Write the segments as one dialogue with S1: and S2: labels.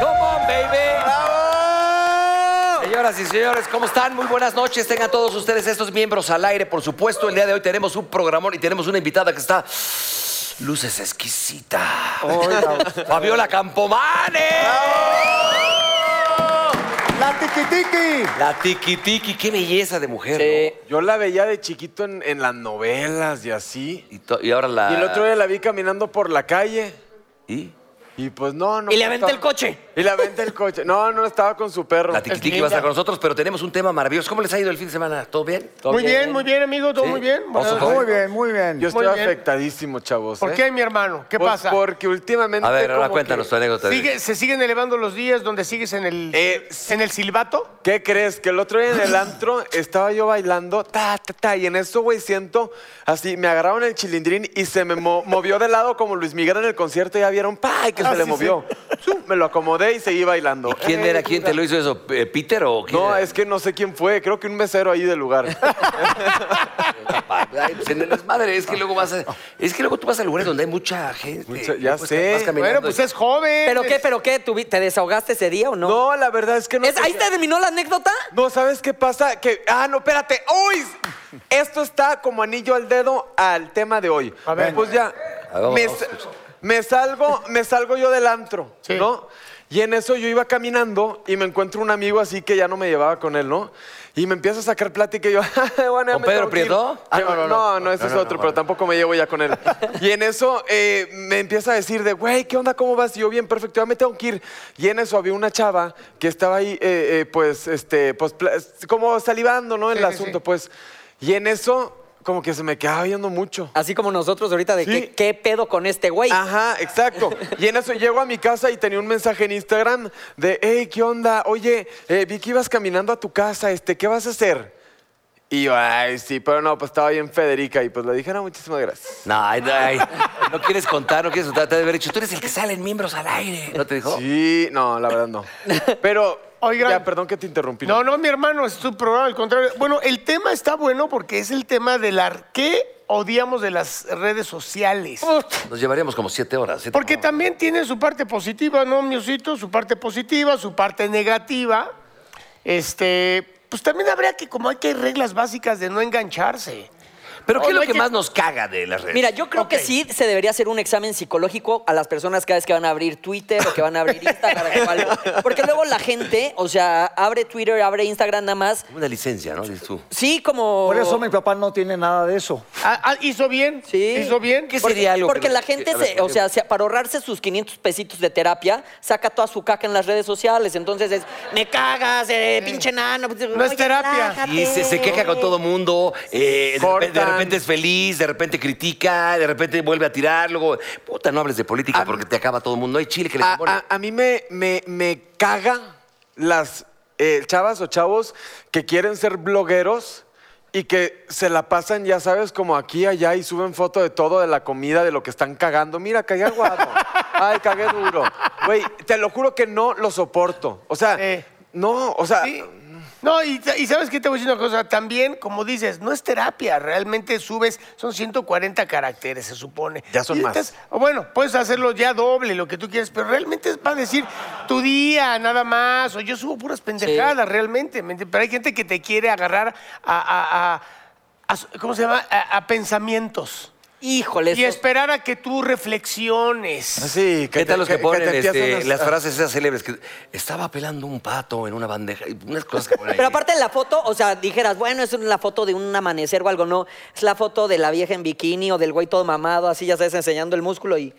S1: Come on, baby. Señoras y señores, ¿cómo están? Muy buenas noches. Tengan todos ustedes estos miembros al aire, por supuesto. El día de hoy tenemos un programón y tenemos una invitada que está. Luces exquisita. Fabiola Campomane.
S2: ¡La tiquitiqui!
S1: La tiki tiki, qué belleza de mujer. ¿no?
S3: Yo la veía de chiquito en, en las novelas y así.
S1: Y, to- y ahora la.
S3: Y el otro día la vi caminando por la calle.
S1: ¿Y?
S3: Y pues no, no.
S4: Y le aventé el coche.
S3: Y le aventé el coche. No, no estaba con su perro.
S1: La tiki tiki
S4: Es
S1: va a estar
S4: linda.
S1: con nosotros, pero tenemos un tema maravilloso. ¿Cómo les ha ido el fin de semana? ¿Todo bien?
S2: Muy bien,
S4: muy bien, amigo, todo
S1: Sí.
S4: muy bien.
S1: Vamos a
S4: Buenas-
S1: jugar.
S2: Muy bien, muy bien.
S3: Yo estoy
S4: muy bien.
S3: afectadísimo, chavos.
S4: ¿Por
S3: ¿eh?
S4: qué, mi hermano? ¿Qué
S3: Pues
S4: pasa?
S3: Porque últimamente.
S1: A ver, ahora
S3: como
S1: cuéntanos
S3: que-
S1: tu anécdota.
S4: Sigue- ¿Se siguen elevando los días donde sigues en el,
S3: Eh, sí.
S4: en el silbato?
S3: ¿Qué crees? Que el otro día en el antro estaba yo bailando, ta, ta, ta, y en eso, güey, siento así, me agarraron el chilindrín y se me mo- movió de lado como Luis Miguel en el concierto, ya vieron, pa, y que
S4: Ah,
S3: se le
S4: sí,
S3: movió. Zum, Me lo acomodé y seguí bailando.
S1: ¿Y quién era? ¿Quién te lo hizo eso? ¿Eh, ¿Peter o quién?
S3: No,
S1: era?
S3: es que no sé quién fue, creo que un mesero ahí del lugar.
S1: Ay, pues en el desmadre, es que luego vas a, es que luego tú vas a lugares donde hay mucha gente.
S3: Mucha- ya
S1: Pues,
S3: sé.
S1: vas caminando
S4: Bueno, pues
S1: y-
S4: es joven.
S5: ¿Pero qué? ¿Pero qué? ¿Tuvi- ¿Te desahogaste ese día o no?
S3: No, la verdad es que no.
S5: ¿Es-
S3: sé
S5: ¿Ahí
S3: qué-
S5: terminó la anécdota?
S3: No, ¿sabes qué pasa? Que. Ah, no, espérate. ¡Uy! Esto está como anillo al dedo al tema de hoy.
S4: A ver.
S3: Pues ya.
S1: A ver,
S3: me,
S1: vamos a
S3: sa-
S1: escuchar.
S3: me salgo, me salgo yo del antro,
S4: Sí.
S3: ¿no? Y en eso yo iba caminando y me encuentro un amigo así que ya no me llevaba con él, ¿no? Y me empieza a sacar plática y yo, bueno, ya
S1: ¿Con Pedro
S3: me tengo que ir".
S1: Prieto?
S3: Ah, no, no, no, ese es otro, pero tampoco me llevo ya con él. Y en eso eh, me empieza a decir de, güey, ¿qué onda? ¿Cómo vas? Y yo, bien, perfecto, ya me tengo que ir. Y en eso había una chava que estaba ahí, eh, eh, pues, este, pues, pla- como salivando, ¿no? El
S4: Sí, sí,
S3: asunto,
S4: sí.
S3: pues. Y en eso, como que se me quedaba viendo mucho.
S5: Así como nosotros ahorita de
S3: Sí. Ah.
S5: que, qué pedo con este güey.
S3: Ajá, exacto. Y en eso llego a mi casa y tenía un mensaje en Instagram de, hey, ¿qué onda? Oye, eh, vi que ibas caminando a tu casa, este, ¿qué vas a hacer? Y yo, ay, sí, pero no, pues estaba bien Federica y pues le dije, no, muchísimas gracias.
S1: No, ay, ay, no quieres contar, no quieres contar. Te ha de haber dicho, tú eres el que sale en miembros al aire. ¿No te dijo?
S3: Sí, no, la verdad no. Pero,
S4: Oigan.
S3: ya, perdón que te interrumpí.
S4: No, no, mi hermano, es tu programa, al contrario. Bueno, el tema está bueno porque es el tema del ar... ¿Qué odiamos de las redes sociales?
S1: Nos llevaríamos como siete horas. siete
S4: Porque
S1: programas.
S4: también tiene su parte positiva, ¿no, Miosito? Su parte positiva, su parte negativa. Este, pues también habría que, como hay que hay reglas básicas de no engancharse.
S1: Pero ¿qué es
S4: No,
S1: lo
S4: no
S1: que,
S4: hay que-
S1: más nos caga de las redes?
S5: Mira, yo creo
S4: Ok.
S5: que sí se debería hacer un examen psicológico a las personas cada vez que van a abrir Twitter o que van a abrir Instagram o algo. Porque luego la gente, o sea, abre Twitter, abre Instagram nada más.
S1: Una licencia, ¿no? Dices tú.
S5: Sí, como...
S2: Por eso mi papá no tiene nada de eso.
S4: Ah, ah, ¿Hizo bien?
S5: Sí.
S4: ¿Hizo bien?
S1: ¿Qué
S5: porque,
S1: sería algo que
S5: Porque
S1: no-
S5: la
S1: que-
S5: gente,
S1: a ver,
S5: se-
S1: por
S5: o sea, se- para ahorrarse sus 500 pesitos de terapia, saca toda su caca en las redes sociales. Entonces es, me cagas, eh, pinche nano.
S4: No es terapia.
S1: Y se, se queja con todo mundo, eh, de, repe- de repente,
S3: Cortan.
S1: es feliz, de repente critica, de repente vuelve a tirar, luego, puta, no hables de
S4: Ah.
S1: política porque te acaba todo el mundo. Hay chile que le
S3: A,
S1: pone.
S3: a- a mí me, me, me caga las eh, chavas o chavos que quieren ser blogueros y que se la pasan, ya sabes, como aquí, allá y suben foto de todo, de la comida, de lo que están cagando. Mira, cagué guapo. Ay, cagué duro. Güey, te lo juro que no lo soporto. O sea,
S4: Sí.
S3: no, o sea,
S4: Sí. No, y, y sabes que te voy a decir una cosa, también, como dices, no es terapia, realmente subes, son 140 caracteres, se supone.
S3: Ya son
S4: Y
S3: más.
S4: o bueno, puedes hacerlo ya doble, lo que tú quieras, pero realmente es para decir tu día, nada más, o yo subo puras pendejadas, realmente, ¿me entiendes? pero hay gente que te quiere agarrar a, a- a- a su- ¿cómo se llama? A, a pensamientos.
S5: Híjole,
S4: Y
S5: eso-
S4: esperar a que tú reflexiones.
S3: sí,
S1: ¿Qué tal los que, ponen
S3: te
S1: este,
S3: empiezan a-
S1: las frases esas célebres? Que estaba pelando un pato en una bandeja. y Unas cosas que ponen ahí.
S5: Pero aparte de la foto, o sea, dijeras, bueno, es la foto de un amanecer o algo, no. Es la foto de la vieja en bikini o del güey todo mamado, así, ya sabes, enseñando el músculo y.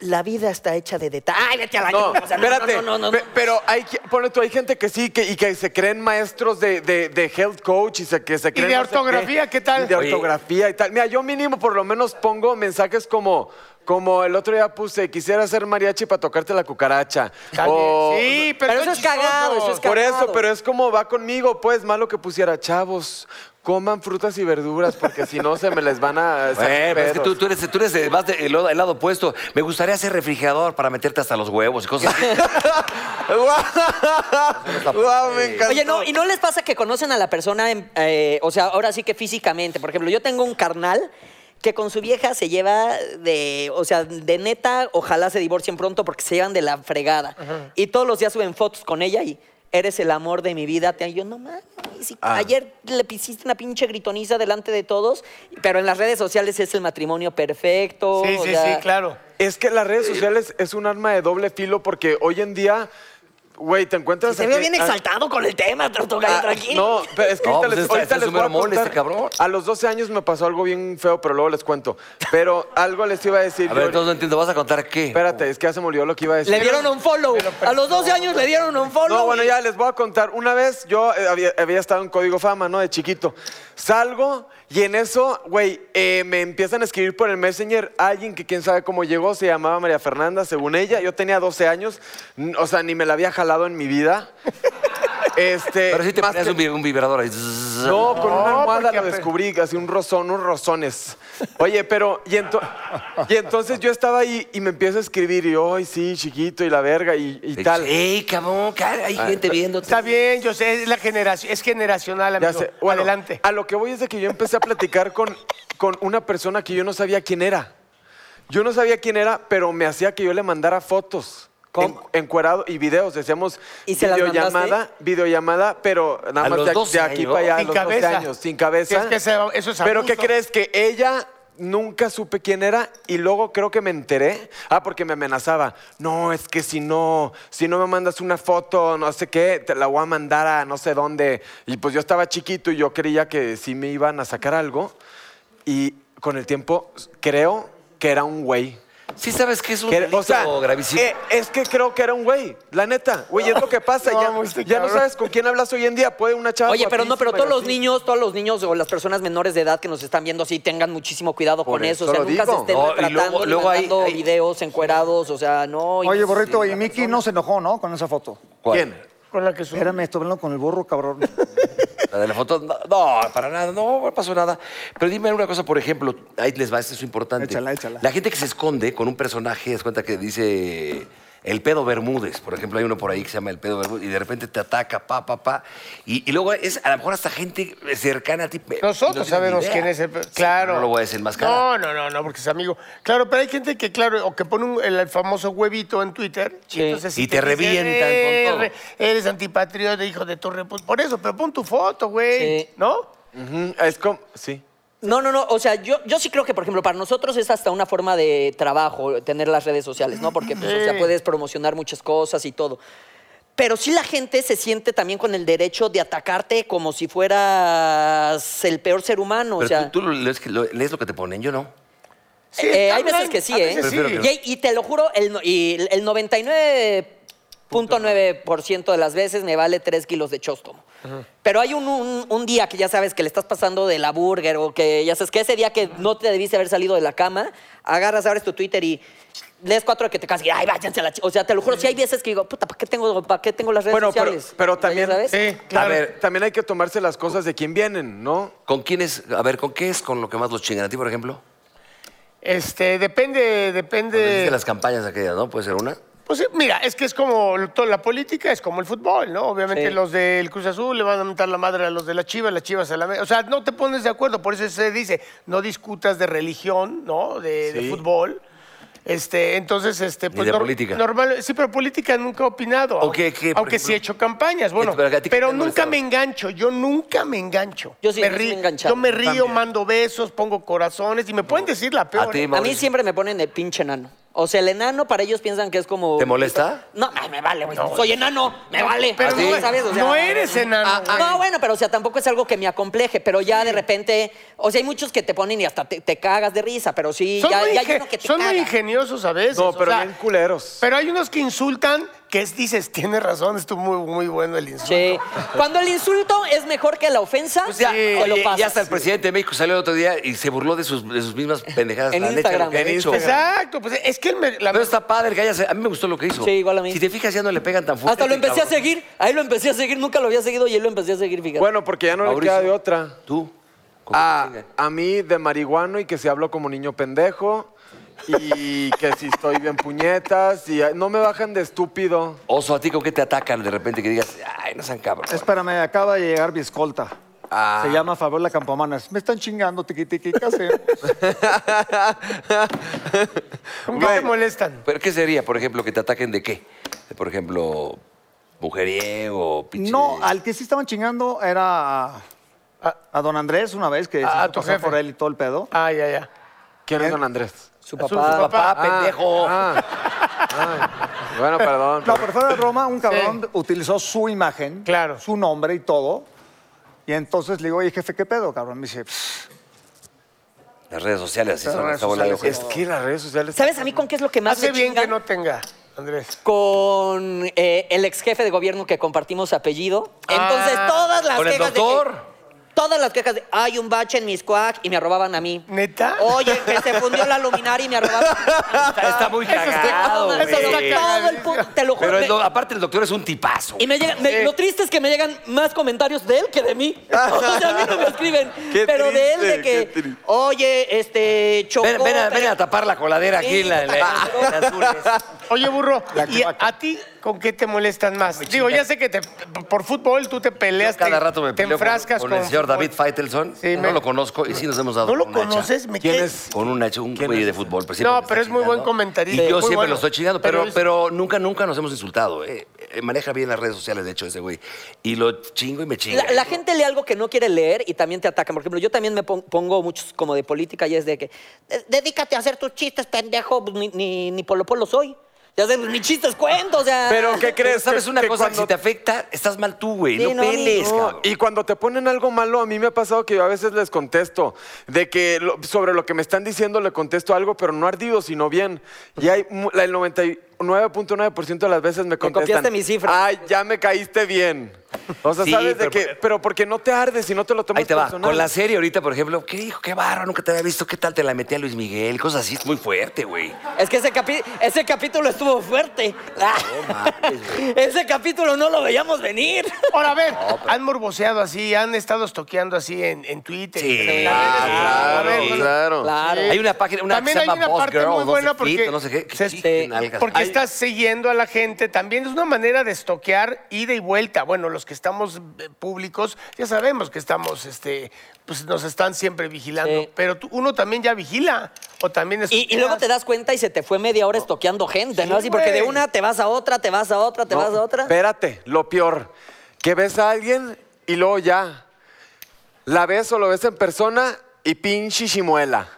S5: La vida está hecha de detalles. ¡Ay, vete a la
S3: No,
S5: o sea, no,
S3: espérate.
S5: No, no, no, no.
S3: pe- Pero hay, que- pone tú, hay gente que sí que, y que se creen maestros de, de- de health coach y se, que se creen.
S4: de
S3: no sé
S4: ortografía, ¿qué tal?
S3: Y de
S1: Oye.
S3: ortografía y tal. Mira, yo mínimo por lo menos pongo mensajes como. Como el otro día puse, quisiera ser mariachi para tocarte la cucaracha.
S4: Está bien.
S3: O-
S4: sí, pero,
S5: Oh, Pero
S4: son
S5: eso es cagado,
S4: chistosos.
S5: eso es
S3: Por eso,
S5: cagado.
S3: pero es como va conmigo, pues, malo que pusiera chavos. coman frutas y verduras porque si no se me les van a... salir
S1: Bueno, pero es que
S3: pedos.
S1: tú, tú eres, tú eres eh, de- más del lado, el lado opuesto. Me gustaría ser refrigerador para meterte hasta los huevos y cosas así.
S3: ¡Guau! ¡Guau, me encantó.
S5: Oye, no, ¿y no les pasa que conocen a la persona, en- eh, o sea, ahora sí que físicamente? Por ejemplo, yo tengo un carnal que con su vieja se lleva de, o sea, de neta, ojalá se divorcien pronto porque se llevan de la fregada. Y todos los días suben fotos con ella y eres el amor de mi vida. Te- Y yo, no mames, si ayer le hiciste una pinche gritoniza delante de todos, pero en las redes sociales es el matrimonio perfecto.
S4: Sí,
S5: o
S4: sí,
S5: sea,
S4: sí, claro.
S3: Es que las redes sociales es un arma de doble filo porque hoy en día, güey, te encuentras...
S5: Se ve
S3: aquí-
S5: bien
S3: a-
S5: exaltado con el tema, Tortuga,
S3: Ah,
S5: tranquilo.
S3: No, pero es que
S1: No,
S3: ahorita
S1: pues
S3: les,
S1: está-
S3: ahorita
S1: está
S3: les
S1: su
S3: voy a
S1: mero mole
S3: contar.
S1: este cabrón.
S3: A los 12 años me pasó algo bien feo, pero luego les cuento. Pero algo les iba a decir.
S1: A ver,
S3: yo-
S1: entonces no entiendo. ¿Vas a contar qué?
S3: Espérate, es que ya se me olvidó lo que iba a decir.
S5: Le dieron un follow. A los 12 años le dieron un follow.
S3: No, bueno,
S5: y-
S3: ya les voy a contar. Una vez yo eh, había, había estado en Código Fama, ¿no? De chiquito. Salgo y en eso, güey, eh, me empiezan a escribir por el Messenger alguien que quién sabe cómo llegó, se llamaba María Fernanda, según ella. Yo tenía 12 años, n- o sea, ni me la había jalado en mi vida. Este,
S1: Pero si te
S3: más
S1: ponías
S3: que-
S1: un, vi- un vibrador ahí. zzzz.
S3: No, con una
S4: No,
S3: almohada
S4: porque
S3: lo
S4: ape-
S3: descubrí, así un rozón, unos rozones. Oye, pero, y, ento- y entonces yo estaba ahí y me empiezo a escribir, y hoy sí, chiquito, y la verga, y, y
S1: De-
S3: tal.
S1: Ey, cabrón, cara,
S3: Ah.
S1: hay gente viéndote.
S4: Está bien, yo sé, es, la generación, es generacional,
S3: Ya
S4: amigo.
S3: sé. Bueno,
S4: Adelante.
S3: A lo que voy es de que yo empecé a platicar con, con una persona que yo no sabía quién era. Yo no sabía quién era, pero me hacía que yo le mandara fotos.
S5: ¿Cómo?
S3: en- encuerado y videos, decíamos
S5: ¿Y se las
S3: videollamada,
S5: mandaste?
S3: videollamada, pero nada
S1: A
S3: más
S1: los
S3: de, aquí-
S1: 12
S3: de aquí
S1: años.
S3: para allá, a
S4: Sin
S3: los 12
S4: cabeza.
S3: años, sin cabeza.
S4: Es que ese- eso es
S3: pero ¿qué
S4: abuso.
S3: crees? que ella nunca supe quién era y luego creo que me enteré. Ah, porque me amenazaba. No, es que si no, si no me mandas una foto, no sé qué, te la voy a mandar a no sé dónde. Y pues yo estaba chiquito y yo creía que sí me iban a sacar algo. Y con el tiempo creo que era un güey.
S1: Sí sabes que es un
S3: Que era-
S1: delito
S3: o sea,
S1: gravísimo.
S3: eh, es que creo que era un güey, la neta. Güey, es lo que pasa.
S4: No,
S3: ya,
S4: güey, este
S3: ya no
S4: cabrón.
S3: sabes con quién hablas hoy en día. Puede una chava.
S5: Oye, pero no, pero
S3: guapísima y
S5: todos los
S3: así.
S5: niños, todos los niños o las personas menores de edad que nos están viendo así tengan muchísimo cuidado
S3: Por
S5: con
S3: eso
S5: eso. O sea,
S3: lo
S5: nunca se
S3: digo.
S5: estén
S1: No, y
S5: retratando
S1: luego-
S5: ni
S1: luego hay-
S5: mandando
S1: hay-
S5: videos encuerados, o sea, no. y-
S2: Oye, borrito, y Mickey no se enojó, ¿no? Con esa foto.
S1: ¿Cuál? Eh,
S3: ¿Quién?
S4: Con la que sube.
S2: Espérame, estoy hablando con el burro, cabrón.
S1: La de la foto. No, no, para nada, no, no pasó nada. Pero dime una cosa, por ejemplo, ahí les va, esto es importante.
S2: Échala, échala.
S1: La gente que se esconde con un personaje, das cuenta que dice el pedo Bermúdez, por ejemplo, hay uno por ahí que se llama el pedo Bermúdez y de repente te ataca, pa, pa, pa. Y, y luego es a lo mejor hasta gente cercana a ti. pe-
S4: Nosotros
S1: no tiene
S4: sabemos
S1: idea.
S4: quién es el. pe-
S1: Sí,
S4: Claro.
S1: no lo voy a decir más cara.
S4: No, no, no, no, porque es amigo. Claro, pero hay gente que, claro, o que pone un- el, famoso huevito en Twitter.
S5: Sí.
S4: entonces,
S1: Y
S4: si
S1: te revientan con
S4: "Eh,
S1: todo".
S4: re- Eres antipatriota, hijo de torre. Pues por eso, pero pon tu foto, güey.
S5: Sí.
S4: ¿No?
S3: Ujú, Es como. Sí.
S5: No, no, no. O sea, yo, yo sí creo que, por ejemplo, para nosotros es hasta una forma de trabajo tener las redes sociales, ¿no? Porque pues, o sea, puedes promocionar muchas cosas y todo. Pero sí la gente se siente también con el derecho de atacarte como si fueras el peor ser humano.
S1: Pero
S5: o sea,
S1: tú, tú lo lees, que- lo- lees lo que te ponen, yo no.
S4: Sí,
S5: Eh, hay
S4: también,
S5: veces que sí,
S4: a
S5: ¿eh?
S4: veces sí.
S1: Prefiero que
S5: Y, y te lo juro, el, no- y el 99.9% de las veces me vale 3 kilos de chóstomo. Pero hay un, un- un día que ya sabes que le estás pasando de la burger o que ya sabes que ese día que no te debiste haber salido de la cama, agarras, abres tu Twitter y lees cuatro que te casas y ay, váyanse a la ch-". O sea, te lo juro, sí hay veces que digo, puta, ¿para qué tengo, para qué tengo las redes
S3: Bueno, pero-
S5: sociales?
S3: pero
S5: O sea, ya
S3: también-
S5: sabes.
S4: Sí, claro.
S3: A ver, también hay que tomarse las cosas de quien vienen, ¿no?
S1: ¿Con quién es? A ver, ¿con qué es con lo que más los chingan a ti, por ejemplo?
S4: Este, depende,
S1: Cuando hiciste
S4: depende.
S1: las campañas aquellas, ¿no? Puede ser una.
S4: Pues eh, mira, es que es como lo- to- la política, es como el fútbol, ¿no? Obviamente
S5: Sí.
S4: los del Cruz Azul le van a mentar la madre a los de la Chivas, las Chivas a la América. O sea, no te pones de acuerdo, por eso se dice, no discutas de religión, ¿no? De, de
S3: Sí.
S4: fútbol. Este, entonces, este,
S1: Ni de
S4: nor-
S1: política.
S4: Normal, sí, pero política nunca he opinado.
S1: ¿O qué- qué, por
S4: aunque sí he
S1: ejemplo?
S4: hecho campañas, bueno.
S1: pero a ti qué
S4: Pero
S1: te
S4: nunca
S1: molestaba?
S4: me engancho, yo nunca me engancho.
S5: Yo sí, yo sí
S4: rí-
S5: me enganchaba.
S4: Yo me
S5: Yo
S4: río, mando besos, pongo corazones y me pueden decir la peor.
S1: A ti,
S4: ¿eh?
S5: A mí
S1: Mauricio.
S5: siempre me ponen el pinche enano. O sea, el enano para ellos piensan que es como.
S1: ¿Te molesta?
S5: No, ay, me vale, güey. Soy enano, me vale. Ah,
S4: Pero
S5: ¿A ti?
S4: no, no eres enano, güey.
S5: ah, no, bueno, pero o sea, tampoco es algo que me acompleje, pero ya de repente. O sea, hay muchos que te ponen y hasta te, te cagas de risa, pero sí,
S4: Son,
S5: ya,
S4: muy,
S5: ya hay
S4: inge-
S5: uno que te
S4: son muy
S5: caga.
S4: ingeniosos a veces.
S3: No,
S4: Pues o
S3: pero
S4: sea,
S3: bien culeros.
S4: Pero hay unos que insultan que es, dices, tienes razón, estuvo muy, muy bueno el insulto.
S5: Sí. Cuando el insulto es mejor que la ofensa,
S1: Pues ya,
S5: te
S1: oye,
S5: lo pasas.
S1: ya hasta el presidente de México salió el otro día y se burló de sus, de sus mismas pendejadas.
S5: En
S1: la neta,
S5: Instagram,
S1: lo que han
S5: en
S1: hecho.
S4: Exacto, pues es que él me- la-
S1: Pero está padre que haya... A mí me gustó lo que hizo.
S5: Sí, igual a mí.
S1: Si te fijas, ya no le pegan tan fuerte.
S5: Hasta lo
S1: este
S5: empecé a
S1: cabrón.
S5: seguir. Ahí lo empecé a seguir. Nunca lo había seguido y él lo empecé a seguir, fíjate.
S3: Bueno, porque ya no
S1: Mauricio.
S3: le queda de otra.
S1: Tú. ¿Cómo
S5: Ah.
S3: A,
S1: te chingan?
S3: a mí de marihuano y que se habló como niño pendejo y que si estoy bien puñetas y no me bajan de estúpido.
S1: Oso, ¿a ti con qué te atacan de repente que digas, ay, no sean cabros?
S2: Espérame, acaba de llegar mi escolta.
S3: Ah.
S2: Se llama Fabiola Campomanes. Me están chingando, tiqui, tiqui, ¿qué hacemos?
S4: ¿Cómo que te molestan?
S1: ¿Pero qué sería, por ejemplo, que te ataquen de qué? De, por ejemplo, mujeriego, pinche...
S2: No, al que sí estaban chingando era a, a don Andrés una vez que se
S4: Ah,
S2: hizo
S4: tu
S2: pasar
S4: jefe.
S2: por él y todo el pedo.
S4: Ah, ya, ya.
S3: ¿Quién es don Andrés?
S4: su
S5: su papá.
S4: papá.
S1: Ah, pendejo.
S3: Ah, ah. Bueno, perdón.
S2: No, pero fuera de Roma, un cabrón utilizó su imagen,
S4: Claro.
S2: su nombre y todo. Y entonces le digo, oye, jefe, ¿qué pedo, cabrón? Me dice, "Pff,
S1: Las redes sociales, así
S2: Las
S1: son
S2: redes
S1: esta bola de
S2: sociales,
S1: ojos.
S3: Es que las redes sociales.
S5: ¿Sabes a mí con qué es lo que más
S4: Hace
S5: me
S4: bien
S5: chingan?
S4: que no tenga, Andrés.
S5: Con eh, el ex jefe de gobierno que compartimos apellido. Entonces,
S4: Ah,
S5: todas las
S1: ¿con el
S5: quejas. de
S1: doctor?
S5: que- todas las quejas de. Hay un bache en mis cuac y me arrobaban a mí.
S4: ¿Neta?
S5: Oye, que se fundió la luminaria y me arrobaban.
S1: Está, está muy
S4: Eso está-
S1: cagado,
S4: eso está
S1: güey.
S4: cagado.
S5: todo el pu- Te lo juro.
S1: Pero el
S5: me-
S1: do- aparte el doctor es un tipazo.
S5: Y me llegan- me- lo triste es que me llegan más comentarios de él que de mí. O sea, a mí no me escriben.
S3: Qué
S5: pero de él, de
S3: triste,
S5: que,
S3: qué triste.
S5: oye, este, chocó.
S1: Ven, ven a,
S5: pero-
S1: ven a tapar la coladera aquí en la, en la- en la Azules.
S4: Oye, burro, ¿y a, a ti con qué te molestan más? Digo, ya sé que te, por fútbol tú te peleas,
S1: Yo cada
S4: te-
S1: rato me
S4: te
S1: peleo con,
S4: enfrascas
S1: con
S4: con,
S1: el señor
S4: fútbol.
S1: David Faitelson.
S4: Sí,
S1: no
S4: me-
S1: lo conozco y sí nos hemos dado
S4: ¿No lo
S1: con una
S4: conoces?
S1: hacha.
S4: Me
S3: ¿Quién
S4: cae-
S3: es?
S1: Con un hacha, un güey de fútbol. pero siempre me
S4: No,
S1: está
S4: pero es muy buen
S1: chingando. Y
S4: comentarista.
S1: yo
S4: muy
S1: siempre
S4: bueno.
S1: lo estoy chingando, pero, pero,
S4: es-
S1: nunca, nunca nos hemos insultado. eh. Eh, Maneja bien las redes sociales, de hecho, ese güey. Y lo chingo y me chingo.
S5: La, la gente lee algo que no quiere leer y también te atacan. Por ejemplo, yo también me pon- pongo muchos como de política y es de que "Eh, dedícate a hacer tus chistes, pendejo, pues, ni, ni, ni polo polo soy. Ya sé, pues, mis chistes cuento, o sea.
S3: Pero ¿qué crees?
S1: Este, ¿Sabes
S3: Que-
S1: una
S3: que
S1: cosa?
S3: cuando-
S1: Si te afecta, estás mal tú, güey.
S5: Sí,
S1: no,
S5: no,
S1: peles,
S5: no.
S1: cabrón.
S3: Y cuando te ponen algo malo, a mí me ha pasado que yo a veces les contesto, de que lo- sobre lo que me están diciendo le contesto algo, pero no ardido, sino bien. Y hay mu- la- el 99.9% de las veces me contestan.
S5: copiaste mi cifra.
S3: Ay, ya me caíste bien. O sea,
S1: Sí,
S3: sabes
S1: pero-
S3: de que, pero porque no te ardes y no te lo tomas
S1: Ahí te va.
S3: personal.
S1: Con la serie ahorita, por ejemplo, ¿qué dijo? Qué barro, nunca te había visto. ¿Qué tal te la metí a Luis Miguel? Cosas así, es muy fuerte, güey.
S5: Es que ese, capi- ese capítulo estuvo fuerte. ese capítulo no lo veíamos venir.
S4: Ahora, a ver, han morboseado así, han estado estoqueando así en, en Twitter.
S1: Sí,
S4: en redes.
S1: claro,
S4: A ver,
S1: sí.
S3: claro.
S5: Claro.
S1: Hay una página, una
S4: También
S1: que se
S4: hay
S1: llama
S4: una
S1: Boss
S4: parte
S1: Girl,
S4: muy
S1: no sé
S4: buena
S1: qué,
S4: porque,
S1: no sé qué. qué
S4: se-
S1: chiste, nalgas.
S4: porque
S1: Ay,
S4: estás siguiendo a la gente. También es una manera de estoquear ida y vuelta. Bueno, los que estamos eh, públicos ya sabemos que estamos, este, pues nos están siempre vigilando.
S5: Sí.
S4: Pero tú- uno también ya vigila o también es.
S5: Y, y luego te das cuenta y se te fue media hora estoqueando gente, ¿no?
S4: Sí,
S5: Así porque de
S4: güey.
S5: una te vas a otra, te vas a otra, te
S3: No,
S5: vas a otra.
S3: Espérate, lo peor, que ves a alguien y luego ya. La ves o lo ves en persona y pinche chimuela.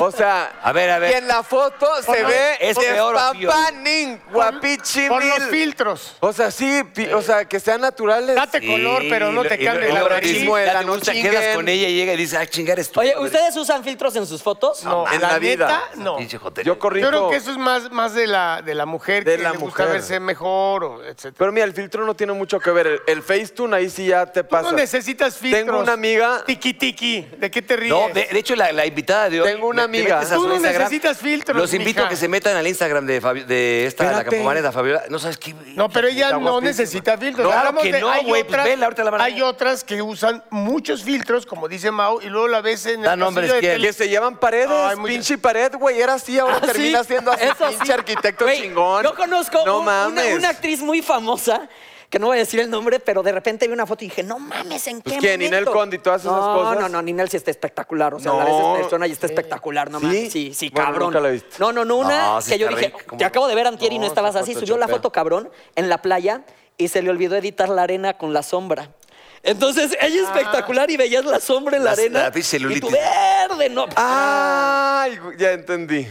S3: O sea,
S1: A ver, a ver.
S3: Y en la foto se
S1: no,
S3: ve
S1: es peor,
S3: espampanín, guapichimil.
S4: Por los filtros.
S3: O sea, sí, pi- o sea, que sean naturales.
S4: Date color, pero no te cambie la
S3: luego
S4: nariz.
S3: mismo el
S1: Ya te
S3: ano
S1: gusta,
S3: chinguen.
S1: quedas con ella y llega y dice, ah, chingar es tú.
S5: Oye, ¿ustedes usan filtros en sus fotos?
S4: No,
S3: en la vida.
S4: neta, no.
S1: Pinche jotería.
S3: Yo corrí.
S4: Yo creo que eso es más, más de la, de la mujer
S3: De
S4: que
S3: la
S4: le gusta
S3: mujer.
S4: verse mejor, o etcétera.
S3: Pero mira, el filtro no tiene mucho que ver. El, el Facetune ahí sí ya te
S4: Tú
S3: pasa.
S4: no necesitas filtros.
S3: Tengo una amiga.
S4: Tiki tiki. ¿De qué te ríes?
S1: No, de, de hecho, la, la invitada de hoy.
S3: Tengo una
S1: te- te
S3: amiga.
S1: metes a su
S4: Tú no
S1: Instagram.
S4: necesitas filtros,
S1: Los invito a
S4: mija.
S1: que se metan al Instagram de, Fabi- de esta, la
S3: Espérate.
S1: campomaneda Fabiola. No sabes qué.
S4: No, pero ella
S3: Está
S4: no
S3: guapísima.
S4: necesita filtros.
S1: No,
S4: Hablamos
S1: que
S4: de-
S1: no,
S4: hay
S1: güey, pues
S4: otras-
S1: vela, ahorita la van a-
S4: Hay otras que usan muchos filtros, como dice Mau, y luego la ves en
S1: Da
S4: el
S1: nombres,
S4: pasillo de
S1: ¿quién?
S4: tele-
S3: Que se llevan paredes,
S4: Ay, muy-
S3: pinche pared, güey. Era así, ahora
S5: Ah,
S3: termina
S5: sí,
S3: siendo así,
S5: eso sí.
S3: pinche arquitecto
S5: Güey,
S3: chingón.
S5: Yo conozco
S3: No
S5: un- una-
S3: mames.
S5: Una, actriz muy famosa, que no voy a decir el nombre, pero de repente vi una foto y dije, no mames, ¿en
S3: Pues,
S5: qué
S3: ¿quién?
S5: momento?
S3: ¿Ninel Conde y todas esas
S5: No,
S3: cosas?
S5: No, no, Ninel sí está espectacular. O sea,
S3: No.
S5: la ves en persona y está espectacular, no
S3: ¿Sí?
S5: mames. Sí, sí,
S3: Bueno,
S5: cabrón.
S3: nunca la he visto.
S5: No, no, no, una
S1: No, sí
S5: que yo
S1: está
S5: dije,
S1: rica, ¿cómo
S5: te
S1: no?
S5: acabo de ver antier y no
S3: No,
S5: estabas
S3: esa
S5: así.
S3: foto
S5: Subió la
S3: chopea.
S5: foto, cabrón, en la playa y se le olvidó editar la arena con la sombra. Entonces, ella es espectacular y veías la sombra en la,
S1: La-
S5: arena.
S1: la pinche
S5: y tú,
S1: celulitis.
S5: verde, no.
S3: Ah. Ay, güey, ya entendí.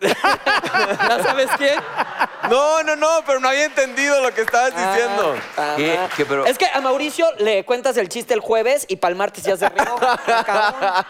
S5: ¿Ya sabes qué?
S3: No, no, no, pero no había entendido lo que estabas diciendo.
S1: ¿Qué?
S5: Ajá.
S1: ¿Qué, pero-
S5: Es que a Mauricio le cuentas el chiste el jueves y para el martes ya se rió. Cabrón.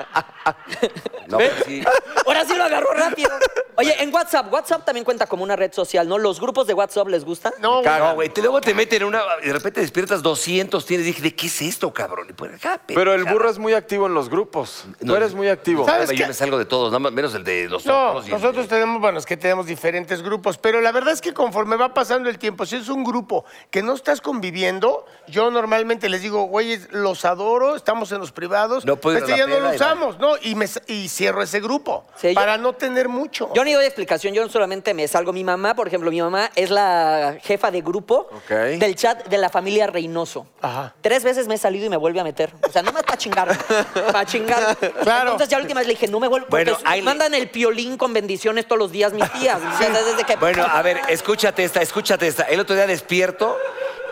S1: No, pero sí.
S5: Ahora sí lo agarró rápido. Oye, en WhatsApp, WhatsApp también cuenta como una red social, ¿no? ¿Los grupos de WhatsApp les gustan?
S4: No, güey.
S1: No, güey, te- luego te meten en una... De repente despiertas 200, tienes... Dije, ¿de qué es esto, cabrón? Y pues, acá,
S3: Pero el
S1: pendejada.
S3: burro es muy activo en los grupos. Tú
S1: No.
S3: eres muy activo.
S4: ¿Sabes?
S1: Yo
S4: qué?
S1: me salgo de todos, nada más, menos el de los
S4: No,
S1: otros y el
S4: nosotros
S1: de-
S4: tenemos, bueno, es que tenemos diferentes grupos, pero la verdad es que conforme va pasando el tiempo, si es un grupo que no estás conviviendo, yo normalmente les digo, güeyes, los adoro, estamos en los privados,
S1: No puedo ir
S4: este
S1: a la
S4: ya no
S1: peda
S4: lo
S1: y va.
S4: usamos, ¿no? Y, me, y cierro ese grupo
S5: Sí, yo-
S4: para no tener mucho.
S5: Yo ni doy explicación, yo solamente me salgo. Mi mamá, por ejemplo, mi mamá es la jefa de grupo
S3: Ok.
S5: del chat de la familia Reynoso.
S4: Ajá.
S5: Tres veces me he salido y me vuelve a meter. O sea, nomás para chingar. Para chingar.
S4: Claro.
S5: Entonces ya la última vez le dije, no me vuelvo.
S1: Bueno,
S5: Bueno,
S1: ahí le-
S5: mandan el piolín con bendiciones todos los días mis tías. O sea, desde que-
S1: Bueno, a ver, escúchate esta, escúchate esta. El otro día despierto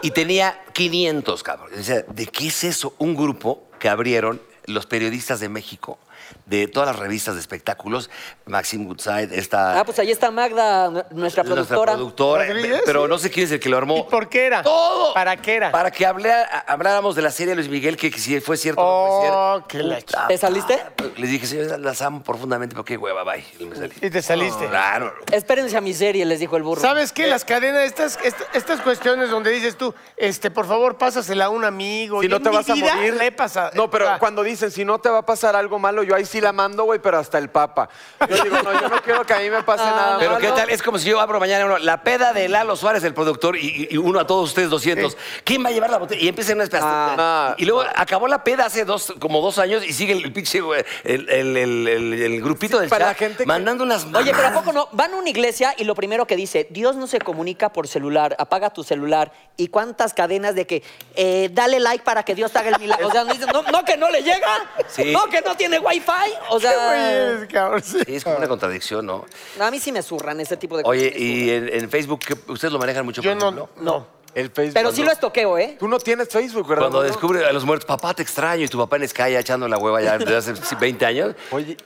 S1: y tenía 500, cabrón. Y decía, ¿de qué es eso? Un grupo que abrieron los periodistas de México, de todas las revistas de espectáculos, Maxim Goodside, esta...
S5: Ah, pues ahí está Magda, nu- nuestra productora.
S1: productora,
S4: Rodríguez,
S1: pero
S4: sí.
S1: no sé quién es el que lo armó.
S4: ¿Y por qué era?
S1: ¡Todo!
S4: ¿Para qué era?
S1: Para que habla- habláramos de la serie de Luis Miguel, que, que si fue cierto o
S4: Oh,
S1: no fue
S4: qué
S1: cierto.
S4: la
S1: Puta
S5: ch- ¿Te saliste?
S1: madre. Les dije, señores, las amo profundamente, pero qué hueva, bye. Y me salí.
S4: Y te saliste.
S1: Claro.
S5: Espérense a mi serie, les dijo el burro.
S3: Eh,
S4: ¿Sabes qué? Las cadenas, estas, est- estas cuestiones donde dices tú, este, por favor, pásasela a un amigo.
S3: Si
S4: Yo
S3: no
S4: en
S3: te
S4: mi
S3: vas a
S4: vida
S3: morir.
S4: la he pasado.
S3: No, pero
S4: Ah,
S3: cuando dicen, si no te va a pasar algo malo, yo ahí sí la mando, güey, pero hasta el papa. Yo digo, no, yo no quiero que a mí me pase nada
S1: Pero
S3: malo.
S1: qué tal, es como si yo abro mañana uno, la peda de Lalo Suárez, el productor, y, y uno a todos ustedes 200. ¿Quién va a llevar la botella? Y empieza en una especie.
S3: Ah,
S1: y luego acabó la peda hace dos, como dos años y sigue el pinche, güey, el, el- el- el- el grupito del
S3: para
S1: chat
S3: la gente que-
S1: mandando unas
S5: Oye, pero ¿a
S1: mamadas.
S5: poco no? Van a una iglesia y lo primero que dice, Dios no se comunica por celular, apaga tu celular. ¿Y cuántas cadenas de que eh, dale like para que Dios te haga el milagro? O sea, no, dicen, no, no que no le llega,
S1: Sí.
S5: no que no tiene wifi. O
S4: ¿qué güey
S5: sea,
S4: eres, cabrón? Sí.
S1: Sí, es como una contradicción, ¿no?
S5: no, a mí sí me zurran ese tipo de cosas.
S1: Oye,
S5: me
S1: y en, en Facebook, ¿qué- ¿ustedes lo manejan mucho?
S4: Yo
S1: por
S4: no,
S1: ejemplo?
S4: no.
S3: El
S5: zurran.
S3: Facebook.
S5: Pero sí lo estoqueo, ¿eh?
S3: Tú no tienes Facebook, ¿verdad?
S1: Cuando
S3: Mono?
S1: descubre a los muertos, papá te extraño, y tu papá en Sky echando la hueva ya desde hace 20 años.
S3: Oye,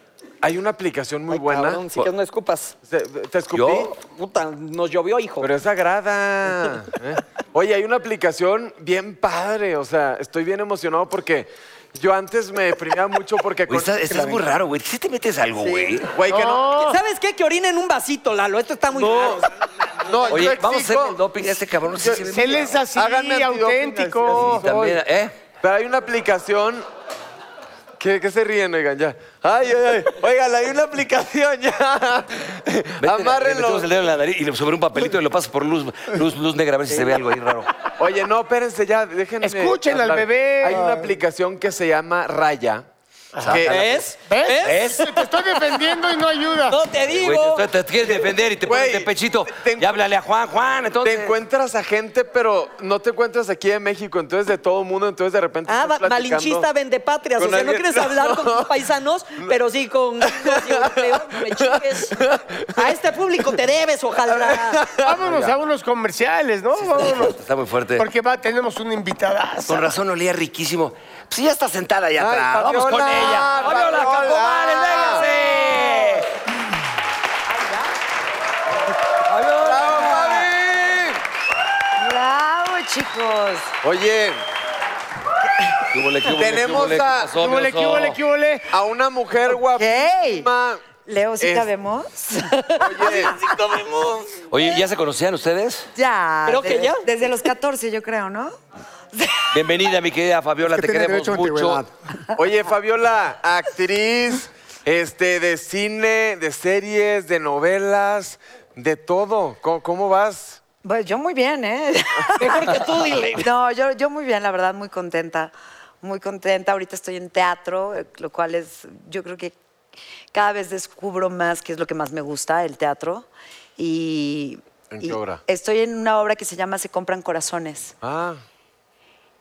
S3: hay una aplicación muy
S5: Ay,
S3: buena.
S5: cabrón, si que no escupas.
S3: Se- ¿Te escupí?
S1: Yo,
S5: Puta, nos llovió, hijo.
S3: Pero es sagrada. ¿eh? Oye, hay una aplicación bien padre. O sea, estoy bien emocionado porque yo antes me deprimía mucho porque...
S1: güey,
S3: con-
S1: estás, estás muy raro, güey. ¿Sí te metes algo, güey?
S3: Güey, que no...
S5: ¿Sabes qué? Que orina en un vasito, Lalo. Esto está muy raro.
S3: No, yo
S1: Oye, vamos a hacer
S3: exijo-
S1: el doping a este cabrón. Sí, se ve
S4: Él es así,
S3: Háganme antidoping,
S4: auténtico.
S3: así, así.
S1: También, ¿eh?
S3: Pero hay una aplicación. que se ríen, oigan, ya? Ay, ay, ay. Oigan, hay una aplicación ya.
S1: Vete, Le
S3: Amárrenlo.
S1: metemos el dedo en la nariz y le- sobre un papelito y lo pasas por luz, luz, luz negra a ver si se ve algo ahí raro.
S3: Oye, no, espérense ya, déjenme.
S4: Escuchen al bebé.
S3: Hay una aplicación que se llama Raya. Que,
S5: ¿Ves?
S4: ¿Ves?
S1: ¿Ves?
S4: Te estoy defendiendo y no ayuda.
S5: No te
S1: Güey,
S5: digo.
S1: te, te quieres defender y te
S3: Güey,
S1: pones de pechito.
S3: te en-
S1: Ya háblale a Juan, Juan, entonces.
S3: te encuentras a gente, pero no te encuentras aquí en México, entonces de todo el mundo, entonces de repente.
S5: Ah,
S3: estás
S5: va-
S3: platicando.
S5: malinchista vende patrias. O
S3: con
S5: sea, no
S3: alguien-
S5: quieres hablar con
S3: No.
S5: tus paisanos, pero sí con gringos y europeos. No me chingues. A este público te debes, ojalá.
S3: Ah,
S4: Vámonos a unos comerciales, ¿no? Vámonos.
S1: Está muy fuerte.
S4: Porque va, tenemos una invitada.
S1: Con razón olía riquísimo. Pues ya está sentada allá
S3: Ay,
S1: atrás. Vamos con
S3: Fabiola,
S1: ella. ¡Fabiola
S3: Fabiola.
S1: Campomanes, véngase!
S3: ¡Bravo, Fabi!
S6: ¡Bravo, chicos!
S3: Oye,
S1: ¿Qué hubo, le, qué hubo, le, qué
S3: Tenemos
S1: hubo, le, qué
S3: a-
S1: pasó,
S4: ¿Qué huele,
S1: mi
S4: qué
S1: oso?
S4: huele, qué huele?
S3: a una mujer guapísima.
S6: Leo, ¿sí
S3: Es-
S6: cabemos?
S3: Oye,
S1: Oye, ¿ya se conocían ustedes?
S6: Ya.
S5: Creo que
S6: desde-
S5: ya.
S6: Desde los 14, yo creo, ¿no?
S1: Bienvenida, mi querida Fabiola,
S2: Es que
S1: te
S2: tiene
S1: queremos
S2: derecho a
S1: mucho.
S2: antigüedad.
S3: Oye, Fabiola, actriz, este, de cine, de series, de novelas, de todo. ¿Cómo, cómo vas?
S6: Pues yo muy bien, ¿eh?
S5: Mejor que tú, dile.
S6: No, yo, yo muy bien, la verdad, muy contenta. Muy contenta. Ahorita estoy en teatro, eh, lo cual es, yo creo que cada vez descubro más qué es lo que más me gusta, el teatro. Y.
S3: ¿En qué
S6: y
S3: obra?
S6: Estoy en una obra que se llama Se compran corazones.
S3: Ah,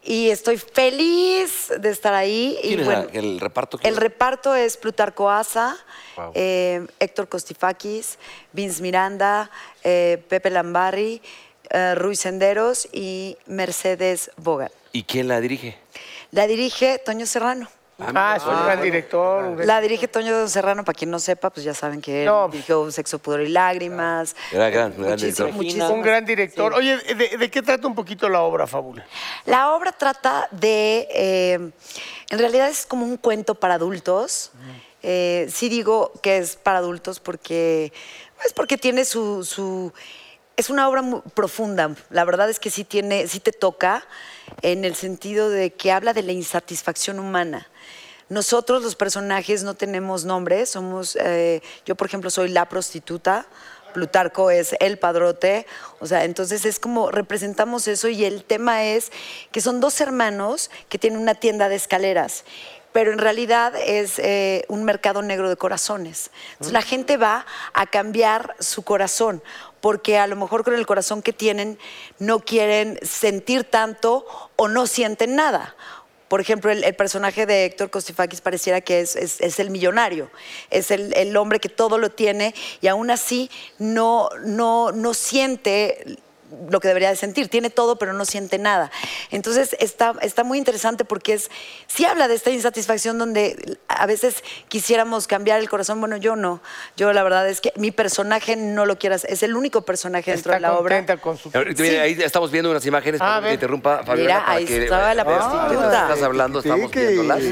S6: Y estoy feliz de estar ahí. y
S1: ¿Quién es
S6: bueno,
S1: la- el reparto? que-
S6: El reparto es Plutarco Asa,
S3: Wow.
S6: eh, Héctor Costifakis, Vince Miranda, eh, Pepe Lambarri, eh, Ruiz Senderos y Mercedes Bogan.
S1: ¿Y quién la dirige?
S6: La dirige Toño Serrano.
S4: Ah, es un gran director. un gran-
S6: La dirige Toño Serrano, para quien no sepa, pues ya saben que él
S4: No.
S6: dirigió Sexo, Pudor y Lágrimas.
S1: Era gran- gran
S6: Muchísimo-
S1: director.
S6: muchísimas-
S4: Un gran director. Oye, ¿de, de qué trata un poquito la obra, Fabula?
S6: La obra trata de, eh, en realidad es como un cuento para adultos. Eh, sí digo que es para adultos porque, pues porque tiene su, su- es una obra mu- profunda. La verdad es que sí tiene, sí te toca en el sentido de que habla de la insatisfacción humana. Nosotros los personajes no tenemos nombres, somos, eh, yo por ejemplo soy la prostituta, Plutarco es el padrote, o sea, entonces es como representamos eso y el tema es que son dos hermanos que tienen una tienda de escaleras, pero en realidad es eh, un mercado negro de corazones. Entonces la gente va a cambiar su corazón, porque a lo mejor con el corazón que tienen no quieren sentir tanto o no sienten nada. Por ejemplo, el, el personaje de Héctor Costifakis pareciera que es, es- es el millonario, es el, el hombre que todo lo tiene y aún así no, no, no siente lo que debería de sentir. Tiene todo, pero no siente nada. Entonces está, está muy interesante porque es, sí habla de esta insatisfacción donde a veces quisiéramos cambiar el corazón. Bueno, yo no. Yo la verdad es que mi personaje no lo quieras. Es el único personaje dentro
S4: Está
S6: de la obra.
S4: contenta con su...
S1: Ahorita, mira, ahí estamos viendo unas imágenes,
S4: Pues, A
S1: para que
S4: ver.
S1: interrumpa, Fabiola.
S6: Mira,
S1: para
S6: ahí
S1: que
S6: estaba la
S1: veas de lo que
S6: prostituta.
S1: Estás hablando, estamos
S2: Tiqui.
S1: viéndolas.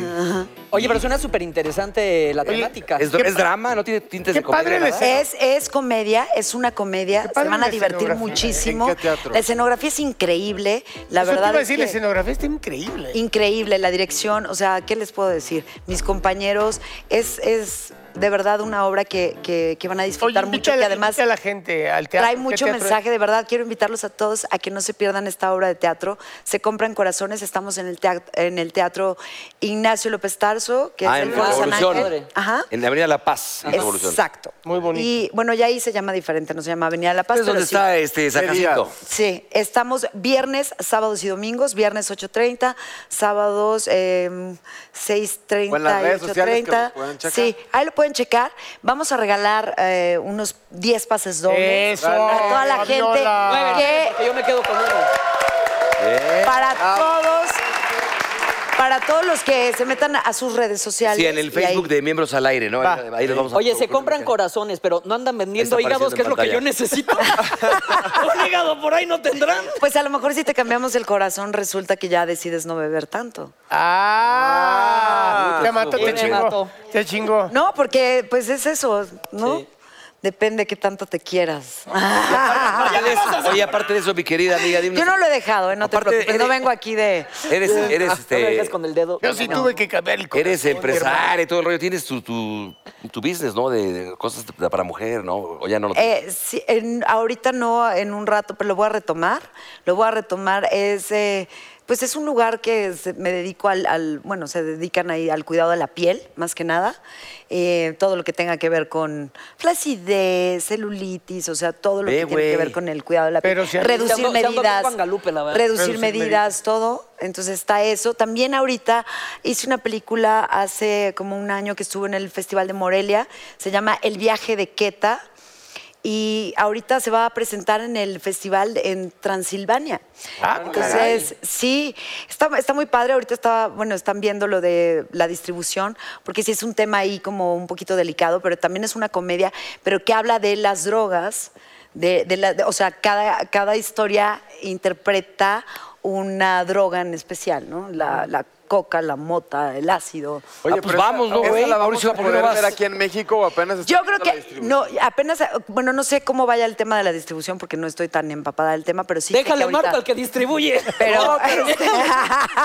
S5: Oye, pero suena súper interesante la temática.
S1: Es, es drama, no tiene tintes
S4: Qué
S1: de comedia.
S4: padre la
S1: ¿verdad?
S4: escena.
S6: Es, es comedia, es una comedia.
S4: Qué padre
S6: Se van a
S4: la
S6: divertir
S4: escenografía.
S6: muchísimo.
S3: ¿En qué teatro?
S6: La escenografía es increíble. La
S4: Eso te
S6: verdad
S4: iba a
S6: es
S4: decir, la
S6: que-
S4: escenografía está increíble.
S6: increíble la dirección, o sea, ¿qué les puedo decir? Mis compañeros, es, es de verdad una obra que, que- que van a
S4: Oye,
S6: disfrutar mucho,
S4: invita, a
S6: que
S4: la-
S6: además
S4: invita a la gente al teatro.
S6: trae
S4: ¿Qué
S6: mucho
S4: teatro es?
S6: mensaje, de verdad, quiero invitarlos a todos a que no se pierdan esta obra de teatro. Se compran corazones, estamos en el teatro, en el teatro Ignacio López Tarso, que
S1: Ah,
S6: es
S1: en
S6: el
S1: la
S6: Foro San
S1: Revolución.
S6: Ángel. Ajá.
S1: En la Avenida La Paz, en la Revolución.
S6: Exacto.
S4: Muy bonito.
S6: Y bueno, ya ahí se llama diferente, no se llama Avenida La Paz.
S1: ¿Sabes dónde
S6: pero sí.
S3: eh.
S1: está este San Jacinto?
S6: Sí, estamos viernes, sábados y domingos, viernes 8.30, sábados eh, 6.30
S3: O en las
S6: y
S3: redes sociales que
S6: 8.30.
S3: lo puedan checar.
S6: Sí, ahí lo pueden checar. Vamos a regalar eh, unos 10 pases dobles
S4: Eso,
S6: para toda la gente.
S4: Fabiola.
S6: que-
S5: Porque yo me quedo con uno.
S1: Eh,
S6: para
S3: Ah.
S6: todos, para todos los que se metan a sus redes sociales.
S1: Sí, en el
S6: y ahí-
S1: Facebook de Miembros al Aire, ¿no? Ahí, ahí los vamos a
S5: Oye, se compran corazones, pero no andan vendiendo
S1: Ahí está
S5: hígados, que es lo que yo
S1: apareciendo
S5: necesito. Un hígado por ahí no tendrán.
S6: Pues a lo mejor si te cambiamos el corazón resulta que ya decides no beber tanto.
S4: Ah, te mató,
S5: Me
S4: te chingó.
S5: mató.
S4: Te chingó.
S6: No, porque pues es eso, ¿no?
S5: Sí.
S6: Depende qué tanto te quieras.
S1: Oye, de eso- Oye, aparte de eso, mi querida amiga, dime.
S6: Yo no lo he dejado, ¿eh? no te
S1: Aparte,
S6: preocupes.
S1: eres-
S6: No vengo aquí de.
S1: Eres, eres,
S5: No me
S1: este,
S5: dejes con el dedo.
S4: Yo sí tuve que cambiar el corazón,
S1: eres empresario y todo el rollo. Tienes tu, tu, tu business, ¿no? De, de cosas de- para mujer, ¿no? O ya no lo tienes.
S6: Eh, sí, en- ahorita no, en un rato, pero lo voy a retomar. Lo voy a retomar. Es, eh, pues es un lugar que se- me dedico al, al- Bueno, se dedican ahí al cuidado de la piel, más que nada. Eh, todo lo que tenga que ver con flacidez, celulitis, o sea, todo lo
S1: Ve,
S6: que tiene que
S1: güey.
S6: ver con el cuidado de la piel.
S4: Pero si a mí-
S5: Se
S6: reducir
S5: ando- se ando bien
S6: medidas.
S5: Guangalupe, la verdad.
S6: reducir
S4: Reducir
S6: medidas,
S4: medidas.
S6: todo. Entonces está eso. También ahorita hice una película hace como un año que estuve en el Festival de Morelia. Se llama El viaje de Queta. Y ahorita se va a presentar en el festival en Transilvania.
S4: Ah,
S6: Entonces, sí, está, está muy padre. Ahorita está, bueno, están viendo lo de la distribución, porque sí es un tema ahí como un poquito delicado, pero también es una comedia, pero que habla de las drogas, de, de la- de- o sea, cada, cada historia interpreta una droga en especial, ¿no? La, la coca, la mota, el ácido.
S1: Ah, pues vamos, ¿no,
S3: ¿esa
S1: güey?
S3: la vamos
S1: Mauricio,
S3: a
S1: ¿por qué no
S3: poder
S1: vas?
S3: ver aquí en México o apenas está
S6: Yo creo
S3: haciendo la
S6: que
S3: distribución?
S6: no, apenas, bueno, no sé cómo vaya el tema de la distribución porque no estoy tan empapada del tema, pero sí. sé
S5: Déjale
S6: que
S5: a Marta
S6: ahorita-
S5: al que distribuye.
S6: Pero, este,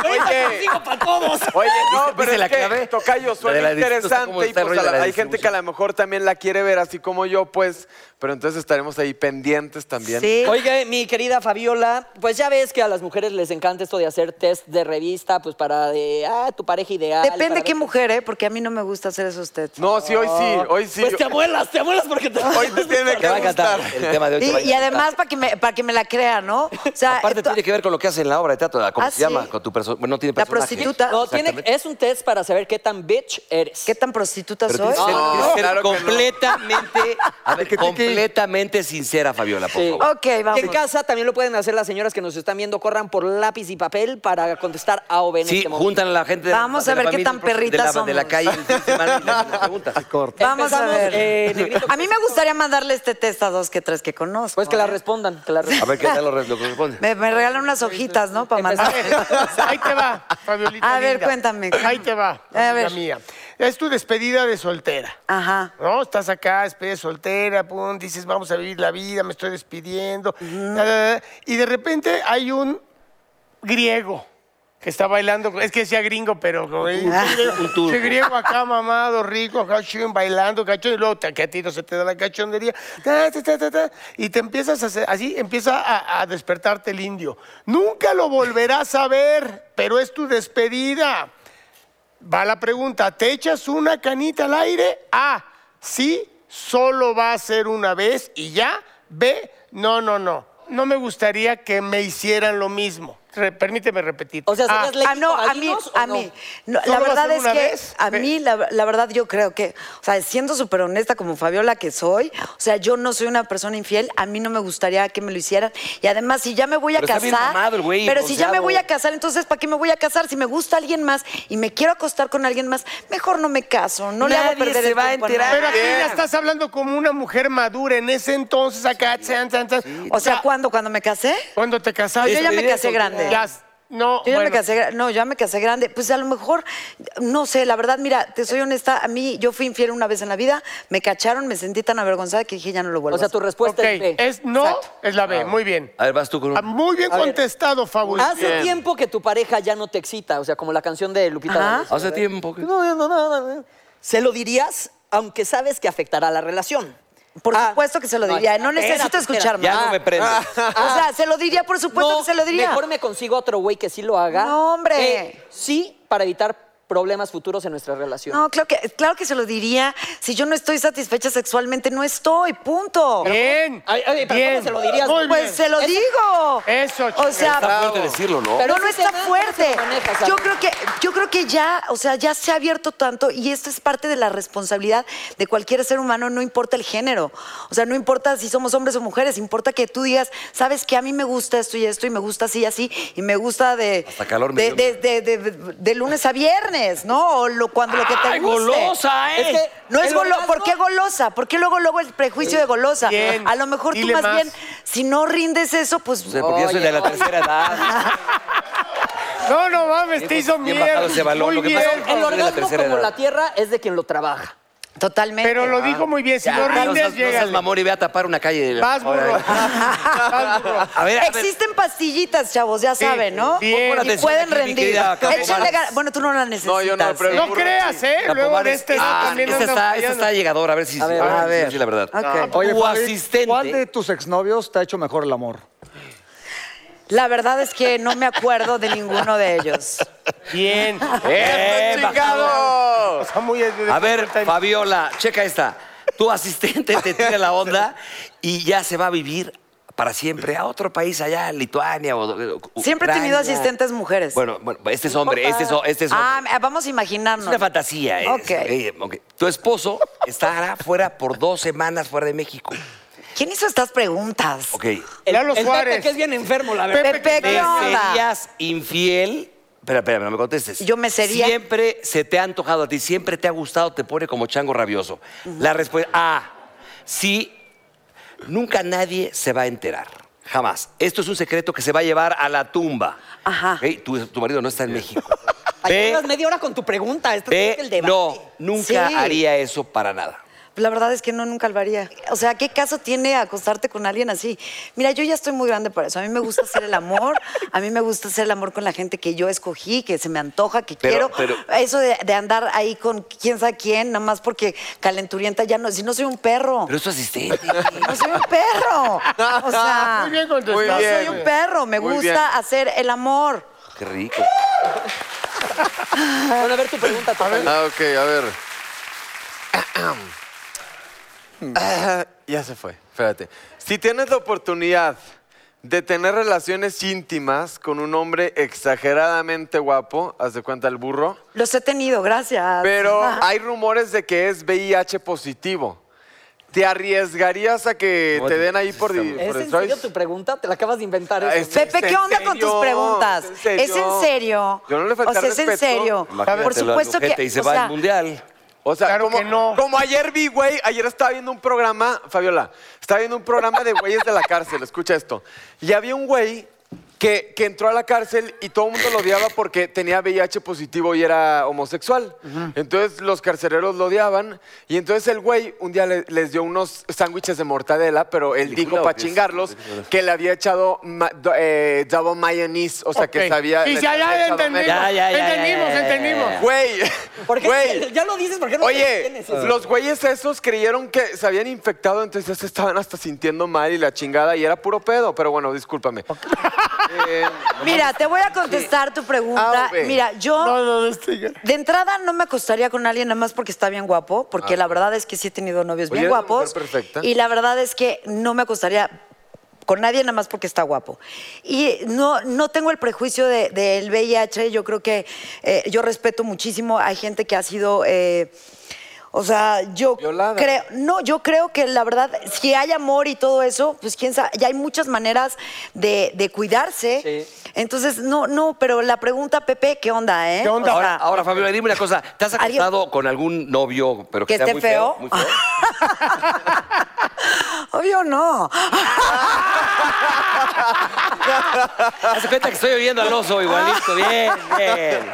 S3: Oye.
S5: Digo para todos.
S3: Oye, no,
S1: Dice-
S3: pero
S1: dice la
S3: es que,
S1: clave.
S3: tocayo,
S1: La de
S3: suena
S1: la distribución, ¿cómo
S3: interesante y
S1: está el
S3: pues,
S1: rollo
S3: a
S1: de
S3: la-
S1: la
S3: hay gente que a lo mejor también la quiere ver, así como yo, pues, pero entonces estaremos ahí pendientes también.
S6: sí.
S5: Oiga, mi querida Fabiola, pues ya ves que a las mujeres les encanta esto de hacer test de revista, pues para de, ah, tu pareja ideal. para
S6: Depende
S5: ver-
S6: qué mujer, ¿eh? Porque a mí no me gusta hacer esos tests.
S3: No, sí, hoy sí, hoy sí.
S5: Pues te amuelas, te amuelas porque te...
S3: Hoy te tiene
S1: Te
S3: que
S1: va a
S3: gustar.
S1: encantar el tema de hoy. te
S6: Y,
S1: va a
S6: y
S1: encantar.
S6: además para que me para que me la crea, ¿no? O sea,
S1: Aparte,
S6: esto-
S1: tiene que ver con lo que hace en la obra de teatro. ¿Cómo
S6: Ah,
S1: se llama?
S6: sí.
S1: Con tu persona. Bueno, no tiene
S6: La
S1: personaje.
S6: prostituta.
S5: No, tiene,
S1: Exactamente.
S5: es un test para saber qué tan bitch eres. Ah.
S6: qué tan prostituta
S1: Pero
S6: soy.
S1: tienes que ser-
S3: No,
S1: tienes que ser
S3: claro que no.
S1: completamente, a ver, completamente sincera, Fabiola, por
S5: Sí.
S1: favor.
S6: Ok, vamos.
S5: En casa también lo pueden hacer las señoras que nos están viendo. Corran por lápiz y papel para contestar A o B en
S1: Sí,
S5: este momento.
S1: juntan a la gente de
S6: Vamos
S1: de
S6: a ver
S1: la
S6: qué
S1: familia,
S6: tan
S1: de la,
S6: perritas
S1: De la
S6: somos.
S1: calle, el fin de semana, y le hacen las preguntas.
S6: Vamos a
S5: Empezamos,
S6: ver.
S5: eh, Negrito.
S6: a mí me gustaría mandarle este test a dos que tres que conozco.
S5: Pues que la
S6: ¿eh?
S5: respondan, que la
S1: A
S5: respondan.
S1: ver qué tal lo, re- lo que responde.
S6: me, me regalan unas hojitas, ¿no? Para mandar.
S4: Ahí te va, Fabiolita.
S6: A ver,
S4: linda.
S6: cuéntame.
S4: Ahí te va,
S6: A
S4: amiga
S6: ver.
S4: mía. es tu despedida de soltera.
S6: Ajá.
S4: ¿No? Estás acá, despedida de soltera, pum, dices, vamos a vivir la vida, me estoy despidiendo. ta, ta, ta, Y de repente hay un griego que está bailando, es que decía gringo, pero güey, ese griego- ese griego acá mamado, rico, cachón, bailando, cachón, y luego te- que a ti no se te da la cachondería, ta, ta, ta, ta, ta, y te empiezas a hacer- así empieza a, a despertarte el indio. Nunca lo volverás a ver, pero es tu despedida. Va la pregunta, ¿te echas una canita al aire? A, sí, solo va a ser una vez y ya. B, no, no, no. No me gustaría que me hicieran lo mismo. Re- permíteme repetir.
S5: O sea,
S4: A,
S5: ¿serías lésbica
S6: Ah, no, a mí,
S5: vaginos o
S6: a
S5: no?
S6: mí. No,
S4: ¿Solo
S6: la
S4: va a
S6: verdad
S4: ser
S6: es
S4: una
S6: que
S4: vez?
S6: a
S4: Ve.
S6: mí, la, la verdad, yo creo que, o sea, siendo súper honesta como Fabiola que soy, o sea, yo no soy una persona infiel, a mí no me gustaría que me lo hicieran. Y además, si ya me voy a
S1: Pero está
S6: casar.
S1: bien mamado el güey,
S6: pero si ya me
S1: bronceado.
S6: voy a casar, entonces, ¿para qué me voy a casar? Si me gusta alguien más y me quiero acostar con alguien más, mejor no me caso, no le hago
S1: Nadie
S6: perder
S1: se
S6: el
S1: va a
S6: tiempo nadie.
S1: enterar.
S4: Pero aquí
S1: Bien.
S4: ya estás hablando como una mujer madura en ese entonces acá. chan, chan, chan.
S6: O sea, ¿cuándo? ¿Cuando me casé?
S4: cuando te casaste.
S6: Yo ya me casé grande.
S4: Ya s- no,
S6: Yo ya me
S4: bueno.
S6: casé, gra- no, ya me casé grande. Pues a lo mejor, no sé, la verdad, mira, te soy honesta, a mí yo fui infiel una vez en la vida, me cacharon, me sentí tan avergonzada que dije, ya no lo vuelvo
S5: O sea,
S6: a hacer.
S5: tu respuesta
S4: Ok,
S5: es B.
S4: es no, es la B. Muy bien.
S1: A ver, vas tú con
S4: Ah,
S1: un...
S4: Muy bien contestado, Fabul.
S5: Hace tiempo que tu pareja ya no te excita, o sea, como la canción de Lupita.
S6: Ajá.
S5: D'Alessio,
S1: Hace
S5: ¿verdad?
S1: tiempo que-
S5: No, no, no, no, no. Se lo dirías, aunque sabes que afectará a la relación.
S6: Por
S5: Ah,
S6: supuesto que se lo diría, no
S5: espérate,
S6: necesito
S5: espérate. Ah.
S6: escuchar más.
S1: Ya no me prendo.
S6: O sea, se lo diría, por supuesto
S5: No,
S6: que se lo diría.
S5: Mejor me consigo otro güey que sí lo haga.
S6: No, hombre.
S5: Eh, sí, para evitar problemas futuros en nuestra relación.
S6: No, claro que, claro que se lo diría. Si yo no estoy satisfecha sexualmente, no estoy, punto.
S4: Bien.
S5: Ay, ay, pero
S4: bien.
S5: ¿cómo se lo dirías?
S4: Muy
S6: pues
S4: bien.
S6: se lo digo.
S4: Eso,
S6: O sea,
S4: chica.
S1: Está fuerte decirlo, ¿no?
S5: Pero
S6: no, no
S5: ese
S6: está
S5: tema, ¿cómo se
S6: fuerte.
S5: lo manejas,
S6: Yo
S5: Adriana?
S6: creo que, yo creo que ya, o sea, ya se ha abierto tanto y esto es parte de la responsabilidad de cualquier ser humano, no importa el género. O sea, no importa si somos hombres o mujeres, importa que tú digas, sabes que a mí me gusta esto y esto y me gusta así y así y me gusta de
S1: Hasta calor me
S6: de, de,
S1: dio.
S6: de- de- de lunes a viernes, ¿no? O lo- cuando lo que te
S1: ¡Ay,
S6: guste.
S1: golosa, eh!
S6: Es que no
S5: ¿El
S6: es golosa.
S5: orgasmo?
S6: ¿Por qué golosa? ¿Por qué luego luego el prejuicio de golosa?
S4: Bien.
S6: A lo mejor
S4: Dile
S6: tú más,
S4: más.
S6: bien, si no rindes eso, pues
S1: O sea, porque yo soy de la
S5: Oye,
S1: tercera edad.
S4: No, no mames, te hizo
S1: Bien
S4: mierda.
S1: bajado ese balón,
S4: Muy
S1: lo que
S4: bien.
S1: pasa es que-
S5: El
S1: de la
S5: orgasmo
S1: tercera
S5: como
S1: edad.
S5: la tierra es de quien lo trabaja.
S6: totalmente.
S4: Pero lo dijo muy bien. Si
S1: Ya,
S4: no
S1: no seas-
S4: rindes,
S1: no seas
S4: llegas.
S1: mamón eh. y ve a tapar una calle. de la-
S4: Vas, burro. Vas, burro.
S1: A ver, a ver.
S6: Existen pastillitas, chavos, ya saben, ¿no?
S4: bien. Pon
S6: Y
S1: atención
S6: pueden
S1: aquí, mi
S6: rendir.
S1: querida Campomanes.
S6: Échale ganas. Bueno, tú no la necesitas.
S3: No, yo no, pero-
S6: ¿eh?
S4: No creas, ¿eh? Luego de
S1: Campomanes.
S4: este
S1: Ah,
S4: también
S1: esta
S4: anda
S1: está, esta
S4: fallando.
S1: está llegadora, a ver si
S6: A ver, a ver.
S1: si la verdad.
S6: Ok.
S1: Oye, tu
S2: Fabi,
S1: asistente.
S2: ¿Cuál de tus exnovios te ha hecho mejor el amor?
S6: La verdad es que no me acuerdo de ninguno de ellos.
S4: Bien.
S1: ¡Eh,
S3: ¡Chingado!
S4: Está muy-
S1: A ver, Fabiola, checa esta. Tu asistente te tira la onda y ya se va a vivir para siempre a otro país allá, Lituania o o-
S6: Siempre he tenido
S1: Ucrania.
S6: asistentes mujeres.
S1: Bueno, bueno, este es hombre, este es, este es hombre.
S6: Ah, vamos a
S1: es
S6: imaginarnos.
S1: una fantasía. es-
S6: Ok.
S1: eh, ok. Tu esposo estará fuera por dos semanas fuera de México.
S6: ¿Quién hizo estas preguntas?
S1: Ok.
S4: Lalo
S5: Pepe,
S4: Suárez.
S5: que es bien enfermo, la verdad.
S6: Pepe, ¿qué
S1: ¿Te
S6: onda?
S1: serías infiel? Espera, espera, no me contestes.
S6: Yo me sería-
S1: Siempre se te ha antojado a ti, siempre te ha gustado, te pone como chango rabioso. La respuesta... A. Sí. Nunca nadie se va a enterar. Jamás. Esto es un secreto que se va a llevar a la tumba.
S6: Ajá.
S1: Ok, Tu, tu marido no está en México.
S5: Ahí
S1: B,
S5: llevas media hora con tu pregunta. Esto
S1: B,
S5: es el debate.
S1: no, nunca
S6: Sí.
S1: haría eso para nada.
S6: La verdad es que no, nunca lo haría. O sea, ¿qué caso tiene acostarte con alguien así? Mira, yo ya estoy muy grande para eso. A mí me gusta hacer el amor. A mí me gusta hacer el amor con la gente que yo escogí, que se me antoja, que
S1: Pero-
S6: quiero.
S1: pero-
S6: Eso de, de andar ahí con quién sabe quién, nada más porque calenturienta ya no. Si no soy un perro.
S1: Pero es tu asistente.
S6: No soy un perro. O sea,
S4: Muy bien contestado.
S3: Muy
S6: no soy
S3: bien.
S6: un perro. Me
S3: Muy
S6: gusta
S3: bien.
S6: hacer el amor.
S1: Qué rico.
S5: Bueno, a ver tu pregunta. tu pregunta.
S3: Ah, ok, a ver. Ah, ya se fue, espérate. Si tienes la oportunidad de tener relaciones íntimas con un hombre exageradamente guapo, haz de cuenta el burro,
S6: Los he tenido, gracias.
S3: pero
S5: Ah.
S3: hay rumores de que es VIH positivo. ¿Te arriesgarías a que
S1: No,
S3: te den ahí por, di-
S5: ¿Es
S3: por
S5: en serio
S3: destroys?
S5: tu pregunta? Te la acabas de inventar.
S3: Ah,
S5: eso.
S3: es-
S6: Pepe, ¿qué
S3: ¿En
S6: onda con tus
S3: serio?
S6: preguntas?
S3: ¿Es en
S6: ¿Es en
S3: serio?
S6: serio?
S3: Yo no le falté
S6: O sea, es en
S3: respeto.
S6: serio.
S1: Imagínatelo
S6: Por
S1: al
S6: supuesto
S1: ojete
S6: que.
S1: Y se
S6: o
S1: va
S6: sea,
S1: al mundial.
S3: O sea,
S4: Claro
S3: como,
S4: que no.
S3: como ayer vi, güey, ayer estaba viendo un programa, Fabiola, estaba viendo un programa de güeyes de la cárcel, escucha esto. Y había un güey que, que entró a la cárcel y todo el mundo lo odiaba porque tenía VIH positivo y era homosexual. Entonces los carceleros lo odiaban y entonces el güey un día le- les dio unos sándwiches de mortadela, pero él dijo
S1: ¿Película o
S3: para
S1: qué es?
S3: chingarlos que le había echado ma- do- eh, double mayonnaise, o sea
S4: Ok.
S3: que sabía...
S4: Sí,
S3: les
S4: ya,
S3: había
S4: ya,
S3: echado
S4: entendimos.
S3: menos.
S5: Ya, ya, ya, ya,
S4: entendimos,
S5: ya, ya, ya,
S4: entendimos.
S5: ya.
S3: Güey,
S5: ¿Por qué?
S3: güey.
S5: Ya lo dices, ¿por qué no te
S3: Oye,
S5: detienes? O sea,
S3: los güeyes esos creyeron que se habían infectado, entonces ya se estaban hasta sintiendo mal y la chingada, y era puro pedo, pero bueno, discúlpame. Eh,
S6: Mira, te voy a contestar tu pregunta.
S3: Ah, ok.
S6: Mira, yo
S4: No, no, no, este ya.
S6: de entrada no me acostaría con alguien nada más porque está bien guapo, porque la verdad es que sí he tenido novios
S3: Ah. Oye,
S6: bien
S3: eres una
S6: guapos.
S3: mujer perfecta.
S6: Y la verdad es que no me acostaría con nadie nada más porque está guapo. Y no, no tengo el prejuicio de- del VIH, yo creo que eh, yo respeto muchísimo, hay gente que ha sido... eh, o sea, yo
S3: Violada.
S6: creo, no, yo creo que la verdad, si hay amor y todo eso, pues quién sabe, ya hay muchas maneras de, de cuidarse.
S5: Sí.
S6: Entonces, no, no, pero la pregunta, Pepe, ¿qué onda, eh?
S4: ¿Qué onda?
S6: O sea,
S1: Ahora, ahora, Fabiola, dime una cosa. ¿Te has
S6: ¿Alguien-
S1: acostado con algún novio, pero que,
S6: ¿Que
S1: sea
S6: esté
S1: muy feo?
S6: feo?
S1: muy feo?
S6: Obvio no.
S1: Haz de cuenta que estoy oyendo al oso igualito. Bien, bien.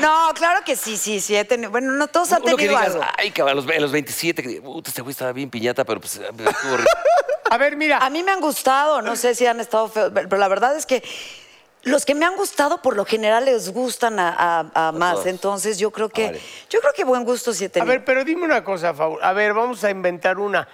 S6: No, claro que sí, sí, sí. He tenido, bueno, no todos han
S1: Uno
S6: tenido
S1: que digas,
S6: algo.
S1: ay, cabrón, a los, ve- a los 27, que diga, puta, este güey estaba bien piñata, pero pues estuvo horrible.
S4: A ver, mira.
S6: A mí me han gustado, no sé si han estado feos, pero la verdad es que los que me han gustado por lo general les gustan a, a- a más.
S1: todos.
S6: Entonces yo creo que,
S1: vale.
S6: yo creo que buen gusto sí he
S4: A
S6: tenido.
S4: ver, pero dime una cosa, favor. A ver, vamos a inventar una.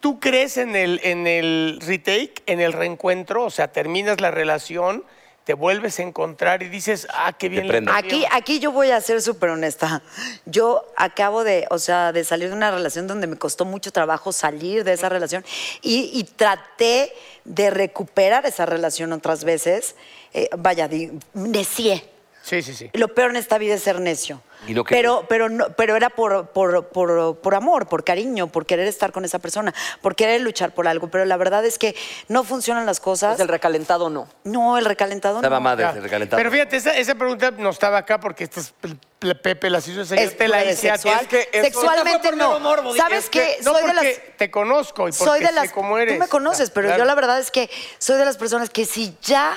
S4: ¿Tú crees en el, en el retake, en el reencuentro? O sea, terminas la relación, te vuelves a encontrar y dices, ah, qué bien. le
S1: prendas.
S4: fui".
S6: Aquí, aquí yo voy a ser súper honesta. Yo acabo de, o sea, de salir de una relación donde me costó mucho trabajo salir de esa relación y, y traté de recuperar esa relación otras veces. Eh, vaya, di- necié.
S4: Sí, sí, sí.
S6: Lo peor en esta vida es ser necio.
S1: Y no querer.
S6: pero, pero, no- pero era por, por, por, por amor, por cariño, por querer estar con esa persona, por querer luchar por algo. Pero la verdad es que no funcionan las cosas.
S5: pues el recalentado no.
S6: no, el recalentado
S1: Estaba
S6: no.
S1: madre,
S4: Ya.
S1: se recalentaba.
S4: Pero fíjate, esa, esa pregunta no estaba acá porque esta es pe- pe- Pepe las hizo. esa yo
S6: Es
S4: te la
S6: pura de
S4: hice a ti.
S6: sexual.
S3: es que eso-
S6: Sexualmente no. ¿Sabes qué?
S4: No
S6: Soy de las.
S4: porque te conozco y porque
S6: Soy de las.
S4: sé cómo eres.
S6: Tú me conoces, pero yo la verdad es que soy de las personas que si ya.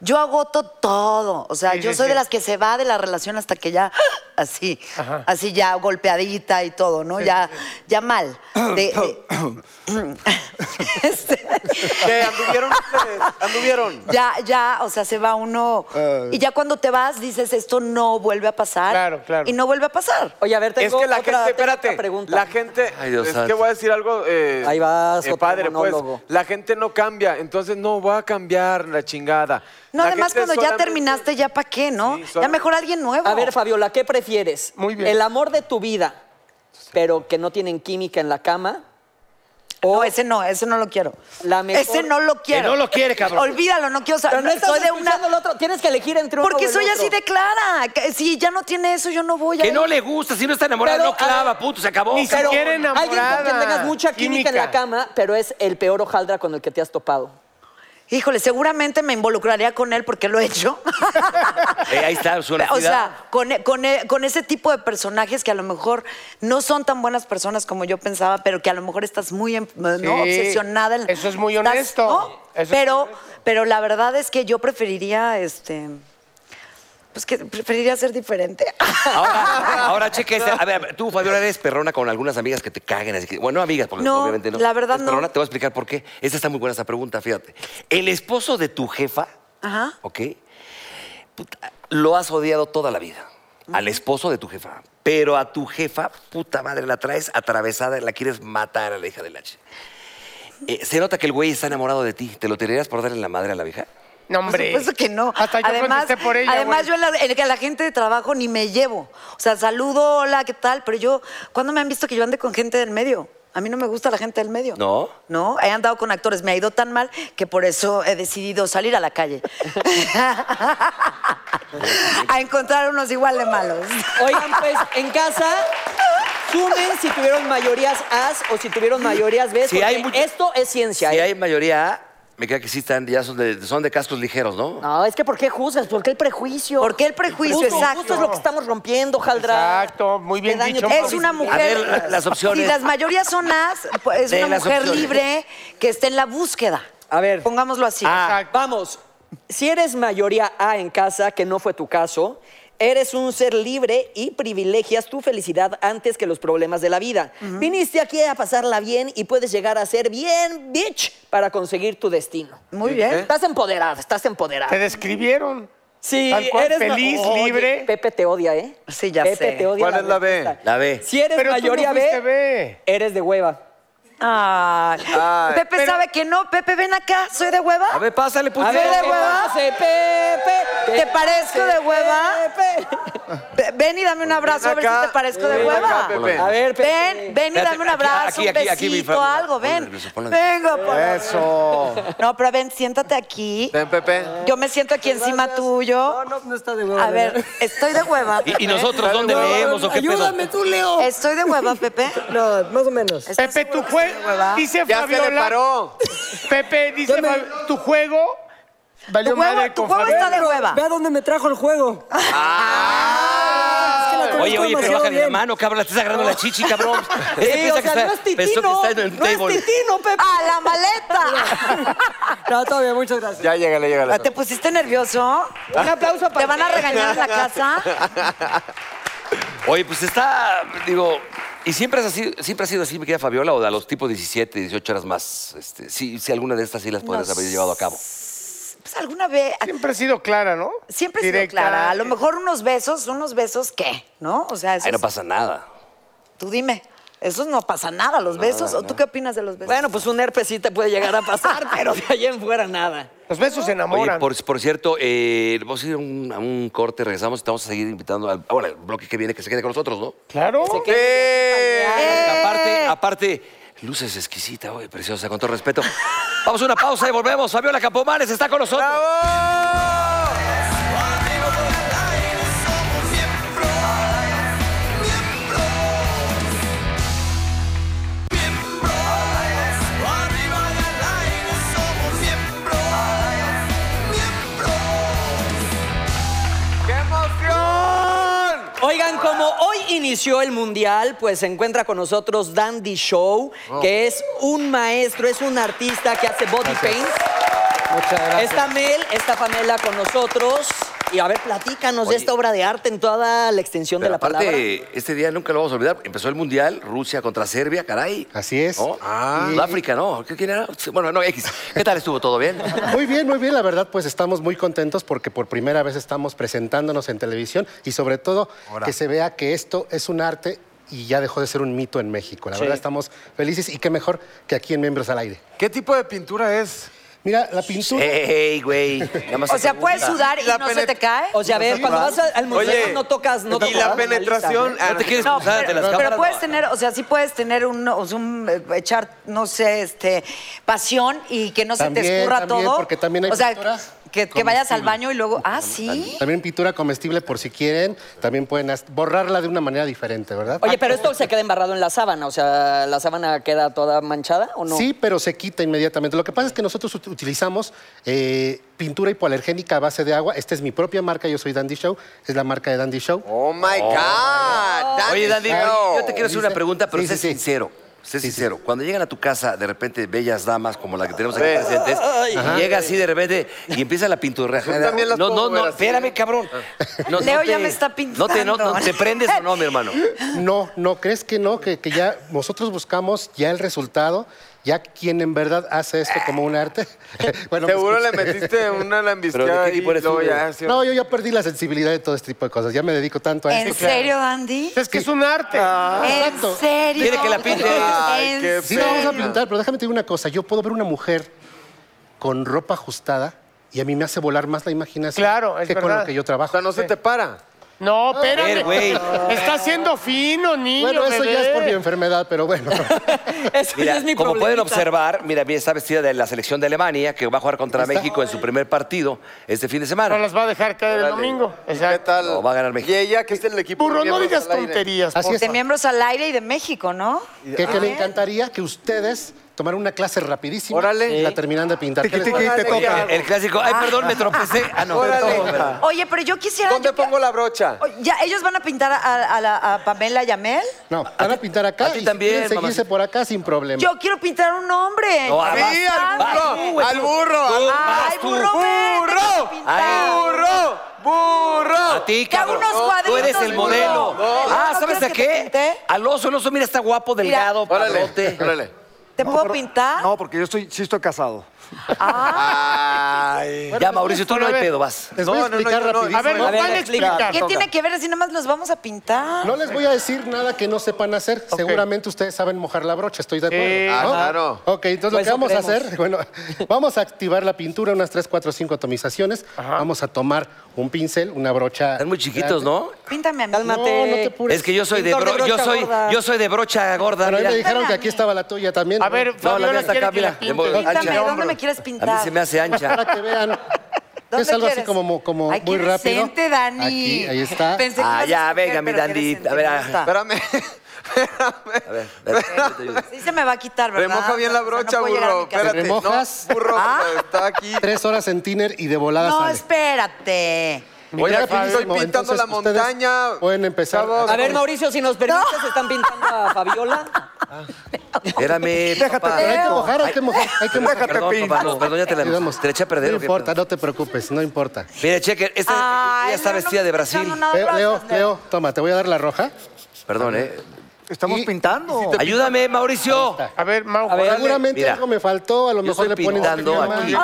S6: Yo agoto todo. O sea,
S4: Sí,
S6: yo
S4: sí,
S6: soy de
S4: sí.
S6: las que se va de la relación hasta que ya. Así. Así ya golpeadita y todo, ¿no? ya, ya mal. De- de- Este,
S3: ¿Qué? ¿Anduvieron ustedes? ¿Anduvieron?
S6: ya, ya, o sea, se va uno. Y ya cuando te vas, dices, esto no vuelve a pasar.
S4: Claro, claro.
S6: Y no vuelve a pasar.
S5: Oye, a ver, tengo
S3: Es que la
S5: otra,
S3: gente,
S5: tengo otra
S3: espérate,
S5: pregunta.
S3: la gente,
S1: Ay, Dios
S3: es que
S1: santo.
S3: voy a decir algo, eh,
S5: Ahí vas,
S3: eh,
S5: otro
S3: padre, pues,
S5: monólogo.
S3: la gente no cambia, entonces no voy a cambiar la chingada.
S6: No,
S3: La
S6: además
S3: gente
S6: cuando ya
S3: solamente-
S6: terminaste, ya para qué, ¿no?
S3: Sí,
S6: ya
S3: solamente-
S6: mejor alguien nuevo.
S5: A ver, Fabiola, ¿qué prefieres?
S4: Muy bien.
S5: ¿El amor de tu vida, pero que no tienen química en la cama?
S6: No, Oh, ese no, ese no lo quiero.
S5: La mejor-
S6: Ese no lo quiero.
S4: no lo quiere, cabrón.
S6: Olvídalo, no quiero
S5: Pero
S6: saber.
S5: no estás
S6: soy de una.
S5: escuchando el otro. Tienes que elegir entre uno o
S6: Porque
S5: el
S6: soy
S5: otro.
S6: así de clara. Que Si ya no tiene eso, yo no voy a.
S1: Que
S6: ir.
S1: no le gusta, si no está enamorada,
S5: Pero,
S1: no clava,
S5: a ver,
S1: puto, se acabó.
S4: ni
S1: cabrón.
S4: siquiera enamorada.
S5: Alguien con quien tengas mucha química, en la cama, pero es el peor hojaldra con el que te has topado.
S6: Híjole, seguramente me involucraría con él porque lo he hecho.
S1: Eh, ahí está su
S6: O
S1: honestidad.
S6: sea, con, e- con e- con ese tipo de personajes que a lo mejor no son tan buenas personas como yo pensaba, pero que a lo mejor estás muy em- ¿no?
S4: Sí,
S6: obsesionada. en-
S4: eso es muy
S6: estás-
S4: honesto.
S6: ¿no?
S4: Eso es
S6: pero,
S4: muy honesto.
S6: pero la verdad es que yo preferiría, este, pues que preferiría ser diferente.
S1: Ahora, ahora cheque este. A ver, a ver, tú, Fabiola, eres perrona con algunas amigas que te caguen. Así que, bueno, no amigas, porque
S6: No,
S1: obviamente no.
S6: la verdad
S1: Es
S6: no.
S1: perrona, te voy a explicar por qué. Esa está muy buena esa pregunta, fíjate. El esposo de tu jefa,
S6: Ajá.
S1: ¿ok? Puta, lo has odiado toda la vida. Al esposo de tu jefa. Pero a tu jefa, puta madre, la traes atravesada, la quieres matar a la hija del H. Eh, se nota que el güey está enamorado de ti. ¿Te lo tirarías por darle la madre a la vieja?
S4: No,
S6: Por
S4: hombre.
S6: supuesto que no.
S4: Hasta yo
S6: además,
S4: contesté por ella.
S6: además
S4: güey.
S6: yo en la, en la gente de trabajo ni me llevo. O sea, saludo, hola, ¿qué tal? Pero yo, ¿cuándo me han visto que yo ande con gente del medio? A mí no me gusta la gente del medio.
S1: ¿No?
S6: No, he andado con actores. Me ha ido tan mal que por eso he decidido salir a la calle. a encontrar unos igual de malos.
S5: Oigan, pues, en casa, sumen si tuvieron mayorías As o si tuvieron mayorías B.
S1: Si
S5: porque
S1: hay mucho-
S5: Esto es ciencia.
S1: Si
S5: ¿eh?
S1: hay mayoría A, me queda que sí están, ya son de, son de cascos ligeros, ¿no?
S6: Ah,
S5: No, es que ¿por qué juzgas? ¿Por qué el prejuicio?
S6: ¿Por qué el prejuicio?
S5: Justo,
S6: Exacto.
S5: justo es lo que estamos rompiendo, Jaldra.
S4: Exacto, muy bien
S5: Te daño
S4: dicho,
S5: tu
S6: Es una mujer.
S1: A ver, la- las opciones.
S6: Si las mayorías son as, pues, es
S1: Ve
S6: una
S1: las
S6: mujer
S1: opciones.
S6: libre que está en la búsqueda.
S5: A ver.
S6: Pongámoslo así.
S5: Ah, Vamos. Si eres mayoría A en casa, que no fue tu caso, eres un ser libre y privilegias tu felicidad antes que los problemas de la vida. Viniste aquí a pasarla bien y puedes llegar a ser bien bitch para conseguir tu destino. ¿Eh?
S6: Muy bien.
S5: Estás empoderada, estás empoderada.
S4: Te describieron.
S5: Sí,
S4: Tal cual,
S5: ma-
S4: feliz,
S5: Oye,
S4: libre.
S5: Pepe te odia, ¿eh?
S6: Sí, ya
S5: Pepe
S6: sé.
S5: te odia.
S3: ¿Cuál es la B?
S5: respuesta.
S1: La B.
S5: Si eres
S4: Pero tú no
S5: mayoría
S4: fuiste
S5: B,
S4: B.
S5: eres de hueva.
S6: Ay.
S3: Ay,
S6: Pepe sabe que no. Pepe, ven acá. ¿Soy de hueva?
S1: A ver, pásale, pues.
S5: A ver,
S6: ¿de
S5: ¿qué
S6: hueva?
S5: pase, Pepe?
S6: ¿Te parezco de hueva?
S5: Pepe.
S6: Ve- Ven y dame un abrazo a ver
S3: acá.
S6: si te parezco de
S3: Ven
S6: hueva.
S3: acá, Pepe.
S5: A ver, Pepe.
S6: Ven, ven y
S1: Espérate,
S6: dame un
S1: aquí,
S6: abrazo,
S1: aquí,
S6: un
S1: aquí, aquí, mi
S6: besito,
S1: familia.
S6: algo,
S1: Ponle
S6: ven.
S1: nervioso, ponle Eh.
S6: Venga, por-
S2: Eso.
S6: No, pero ven, siéntate aquí.
S3: Ven, Pepe.
S6: Yo me siento aquí encima tuyo.
S7: No, no está de hueva.
S6: A ver, estoy de hueva.
S1: ¿Y, y nosotros dónde
S7: No,
S1: leemos o qué pedo?
S7: Ayúdame tú, Leo.
S6: Estoy de hueva, Pepe.
S7: No, Ah, más o menos.
S6: ¿Estás
S4: Pepe, tu
S6: seguro que estoy de
S4: juego.
S6: hueva?
S4: Dice
S3: Ya se le
S4: Fabiola.
S3: paró.
S4: Pepe, dice
S7: Ya me-
S4: Fab- tu juego. Valió
S6: Tu huevo,
S4: madre
S6: tu
S4: con
S6: huevo
S4: Fabiola.
S6: está de hueva.
S7: Ve a dónde me trajo el juego.
S1: Ah.
S6: Ah,
S7: Es que la conozco
S1: Oye, oye, pero
S7: demasiado
S1: bájale la
S7: bien.
S1: mano, cabrón. Le estás agarrando la chichi, cabrón. Este
S5: Sí,
S1: piensa
S5: o sea,
S1: que
S5: no
S1: está, pensó
S5: es
S1: que
S5: titino.
S1: está en el
S5: No es
S1: table.
S5: titino, Pepe.
S6: ¡A la maleta!
S7: No, todavía, muchas gracias.
S3: Ya, llégale, llégale.
S6: Ah, ¿Te pusiste nervioso?
S5: Un aplauso para
S6: ¿Te van a regañar en la casa?
S1: Oye, pues está, digo... ¿Y siempre, es así, siempre ha sido así, mi querida Fabiola, o de a los tipos 17, 18 horas más? Este, sí, sí, alguna de estas sí las podrías
S6: No
S1: haber llevado a cabo.
S6: Pues alguna vez.
S4: Siempre ha sido clara, ¿no?
S6: Siempre he sido
S4: Directa.
S6: clara. A lo mejor unos besos, unos besos, ¿qué? ¿No? O sea, eso
S1: Ahí no
S6: es-
S1: pasa nada.
S6: Tú dime, esos no pasa nada, los besos. ¿O tú qué opinas de los besos?
S5: Bueno, pues un herpes sí te puede llegar a pasar, pero de allá en fuera nada.
S4: Los besos
S1: Oye,
S4: se enamoran.
S1: por, por cierto, eh, vamos a ir a un, a un corte, regresamos y te vamos a seguir invitando al bueno, el bloque que viene, que se quede con nosotros, ¿no?
S4: Claro.
S5: Eh.
S1: Aparte, aparte, luces exquisita, oye, preciosa, con todo respeto. Vamos a una pausa y volvemos. Fabiola Campomanes está con nosotros.
S3: ¡Qué emoción!
S5: Oigan, como hoy inició el Mundial, pues se encuentra con nosotros Dandy Show,
S7: Oh.
S5: que es un maestro, es un artista que hace body paint.
S7: Muchas gracias.
S5: Está Mel, está Pamela con nosotros. Y a ver, platícanos de esta obra de arte en toda la extensión de
S1: Pero
S5: la
S1: aparte,
S5: palabra.
S1: este día nunca lo vamos a olvidar. Empezó el Mundial, Rusia contra Serbia, caray.
S8: Así es.
S1: ¿No?
S8: Ah.
S1: Sudáfrica, ¿no? ¿Qué- ¿Quién era? Bueno, no, X. ¿Qué tal estuvo? ¿Todo bien?
S8: Muy bien, muy bien. La verdad, pues estamos muy contentos porque por primera vez estamos presentándonos en televisión y sobre todo que se vea que esto es un arte y ya dejó de ser un mito en México. La verdad, estamos felices y qué mejor que aquí en Miembros al Aire.
S3: ¿Qué tipo de pintura es?
S8: Mira, la pintura...
S1: ¡Ey, güey! Nada más
S6: o sea,
S1: se
S6: puedes
S1: pregunta.
S6: sudar y
S3: La
S6: no se
S3: penet-
S6: te cae.
S5: O sea, a ver, cuando vas al museo
S3: Oye,
S5: no tocas, no
S3: y
S5: tocas.
S3: la
S5: una lista,
S3: penetración.
S5: ¿no?
S3: Ah,
S1: ¿No te quieres
S6: No,
S1: cruzar ante
S6: pero,
S1: las
S6: pero
S1: cámaras?
S6: puedes
S1: No.
S6: tener, o sea, sí puedes tener un, o sea, un, eh, echar, no sé, este, pasión y que no se te
S8: También,
S6: escurra
S8: también,
S6: todo.
S8: porque también hay
S6: o sea,
S8: pinturas
S6: que, que vayas al
S8: comestibles.
S6: baño y luego, ah, sí.
S8: También pintura comestible por si quieren, también pueden hasta- borrarla de una manera diferente, ¿verdad?
S5: Oye, pero esto se queda embarrado en la sábana, o sea, ¿la sábana queda toda manchada o no?
S8: Sí, pero se quita inmediatamente. Lo que pasa es que nosotros ut- utilizamos eh, pintura hipoalergénica a base de agua. Esta es mi propia marca, yo soy Dandy Show, es la marca de Dandy Show.
S3: Oh my God.
S1: Oye, Dandy,
S3: Show.
S1: yo te quiero hacer una
S8: Sí,
S1: pregunta, pero
S8: sí,
S1: sé
S8: sí.
S1: sincero. Sé sincero. Cuando llegan a tu casa, de repente, bellas damas como la que tenemos aquí presentes, y llega así de repente y empieza la pintura.
S3: Yo también las
S1: No,
S3: puedo
S1: no,
S3: ver
S1: no,
S3: así. Ah.
S1: espérame, cabrón. No, no
S6: Leo ya
S1: te-
S6: me está pintando.
S1: No te, no, no, ¿te prendes o no, mi hermano?
S8: No, no, ¿crees que no? Que, que ya nosotros buscamos ya el resultado, ya quien en verdad hace esto como un arte. Bueno, pues, me
S3: Seguro le
S8: escuché.
S3: metiste una
S1: Pero,
S3: lambiscada
S1: ¿de qué
S3: ahí y
S1: equipo eres
S3: luego
S1: tú,
S3: ya.
S1: güey?
S3: sí.
S8: No, yo ya perdí la sensibilidad de todo este tipo de cosas. Ya me dedico tanto a
S6: ¿En
S8: esto.
S6: serio, Andy?
S4: Es que es un arte.
S6: ¿En
S3: Ah.
S8: exacto.
S6: serio?
S1: Quiere que la pinte.
S3: Ay,
S6: ¿En
S3: qué
S8: Sí, la vamos a
S6: serio?
S8: pintar, pero déjame te digo una cosa. Yo puedo ver una mujer con ropa ajustada y a mí me hace volar más la imaginación
S4: Claro, es
S8: que con
S4: verdad.
S8: lo que yo
S3: O
S8: trabajo.
S3: sea, no se te para.
S4: No, espérame.
S1: ver, güey.
S4: Está siendo fino, niño.
S8: Bueno, eso ya es por mi
S4: bebé.
S8: enfermedad, pero bueno.
S5: Eso ya
S1: Mira,
S5: es mi
S1: como pueden
S5: problemita.
S1: observar, mira, mira, está vestida de la selección de Alemania, que va a jugar contra México en su primer partido este fin de
S4: No
S1: semana.
S4: las va a dejar caer el
S3: Órale.
S4: domingo.
S3: ¿Qué
S4: Exacto.
S3: tal?
S1: No, va a ganar México.
S3: Y ella, que es el equipo.
S4: Burro, no
S3: miembros
S4: digas
S3: al aire.
S4: tonterías.
S8: Así
S4: por-
S8: es.
S4: Ah.
S6: De miembros al aire y de México, ¿no?
S8: Que, que me encantaría que ustedes
S4: tomar una clase rapidísima
S3: Órale.
S4: y la terminan de pintar. ¿Qué les
S2: Tiqui, tiqui,
S4: parece?
S2: te toca.
S1: El clásico, ay, perdón, me tropecé. Ah, no.
S3: Órale.
S6: Oye, pero yo quisiera.
S3: ¿Dónde
S6: yo-
S3: pongo la brocha?
S6: Oye, ya, ¿Ellos van a pintar a, a la- a Pamela y a Mel?
S4: No, van a pintar acá
S1: a ti
S4: y si
S1: también,
S4: quieren seguirse
S1: mamacita.
S4: por acá sin problema.
S6: Yo quiero pintar un hombre.
S1: No, ah,
S6: Ya
S1: vas,
S6: bastante.
S1: vas, tú,
S3: al burro, al burro.
S6: ¡Ay,
S1: tú.
S6: burro! ven, déjame
S3: ¡Burro!
S6: pintar.
S3: ¡Burro! ¡Burro!
S1: A ti,
S6: Que a
S1: cabrón.
S6: unos
S1: Tú
S6: cuadritos,
S1: eres el
S6: burro.
S1: modelo.
S6: No.
S1: Ah,
S6: ¿No
S1: ¿sabes
S6: crees
S1: a
S6: que te
S1: qué?
S6: pinté?
S1: Al oso, el oso, mira, está guapo, delgado,
S3: Órale,
S1: padrote.
S3: órale.
S6: ¿Te
S2: No,
S6: puedo
S2: pero-
S6: pintar? Ah,
S2: No, porque yo estoy, sí estoy casado.
S3: Ay.
S1: Ya, Mauricio, tú no hay pedo, vas.
S4: Les voy a
S3: No, no, no,
S4: explicar
S3: yo no.
S4: rapidísimo.
S9: A ver,
S4: No,
S9: nos van a
S10: explica.
S9: explicar.
S6: ¿Qué tiene que ver si nada más nos vamos a pintar?
S4: les voy a decir nada que no sepan hacer. Seguramente ustedes saben mojar la brocha, estoy de acuerdo.
S9: Eh,
S4: ¿no?
S3: ah, claro.
S4: Ok, entonces
S5: Pues
S4: lo que
S5: eso
S4: vamos a
S5: queremos.
S4: hacer, bueno, vamos a activar la pintura, unas 3, 4, 5 atomizaciones. Vamos a tomar un pincel, una brocha.
S1: Están muy chiquitos, ¿no?
S6: Píntame a mí.
S4: No, no te apures.
S1: Es que yo soy de,
S5: Pintor de
S1: bro- yo
S5: brocha
S1: soy,
S5: gorda.
S1: yo soy de brocha gorda.
S4: Pero ahí
S1: Mira.
S4: me dijeron que
S6: Espérame.
S4: aquí estaba la tuya también.
S9: A ver,
S1: No, la
S9: Fabiola
S1: mía está
S9: quiere
S1: acá,
S9: que la
S1: mira.
S9: pinte.
S1: de modo-
S6: Píntame,
S1: ancha.
S6: ¿dónde me quieres pintar?
S1: A mí se me hace ancha.
S4: Para que vean.
S6: ¿Dónde
S4: es algo así
S6: quieres?
S4: como, como
S6: Ay, qué
S4: muy rápido.
S6: decente, Dani.
S4: Aquí, ahí está.
S6: Pensé que
S1: Ah,
S6: ibas a
S1: ya,
S6: escoger,
S1: venga, mi
S6: pero qué
S1: Dandi.
S6: decente,
S1: A ver,
S6: me
S1: ah.
S6: gusta.
S3: Espérame. Espérame.
S1: A ver, espérate, yo te ayudo.
S6: Sí se me va a quitar, ¿verdad?
S3: Remoja bien la
S1: Ah,
S6: O sea, no
S3: brocha,
S6: puedo llegar a
S3: burro.
S6: mi casa.
S3: Espérate. No,
S4: remojas?
S3: burro,
S6: Ah.
S3: pero está aquí.
S4: Tres horas en tiner y de volada
S6: No,
S4: sale.
S6: espérate.
S3: Oye,
S4: Mira,
S3: Fabio,
S4: rapidísimo,
S3: estoy pintando
S4: entonces,
S3: la
S4: ustedes
S3: montaña.
S4: Pueden empezar.
S3: Chavos.
S5: A ver, Mauricio, si nos permites, están pintando a Fabiola.
S1: Espérame,
S2: Déjate,
S1: papá.
S4: Pero hay que mojar, hay que mojar, hay que mojar.
S1: Perdón, papá, no, perdón, ya te la
S4: Ahí vamos.
S1: te la eché a perder.
S4: No
S1: ¿o qué
S4: importa,
S1: pedo?
S4: no te preocupes, no importa.
S1: Mira, cheque, esta
S6: Ay,
S1: ella está
S6: no, no
S1: vestida
S6: me
S1: de
S6: estoy
S1: Brasil.
S6: echando nada
S4: Leo,
S6: atrás,
S4: Leo,
S6: Ah, Leo.
S4: Leo, toma, te voy a dar la roja.
S1: Perdón, ¿eh?
S2: Estamos
S4: Y-
S2: pintando.
S1: Ayúdame, Mauricio.
S9: A ver, Mau,
S5: A ver,
S4: Seguramente
S1: mira.
S4: algo me faltó, a lo
S1: Yo
S4: mejor
S1: estoy
S4: le ponen
S1: pintando
S4: crema.
S1: aquí.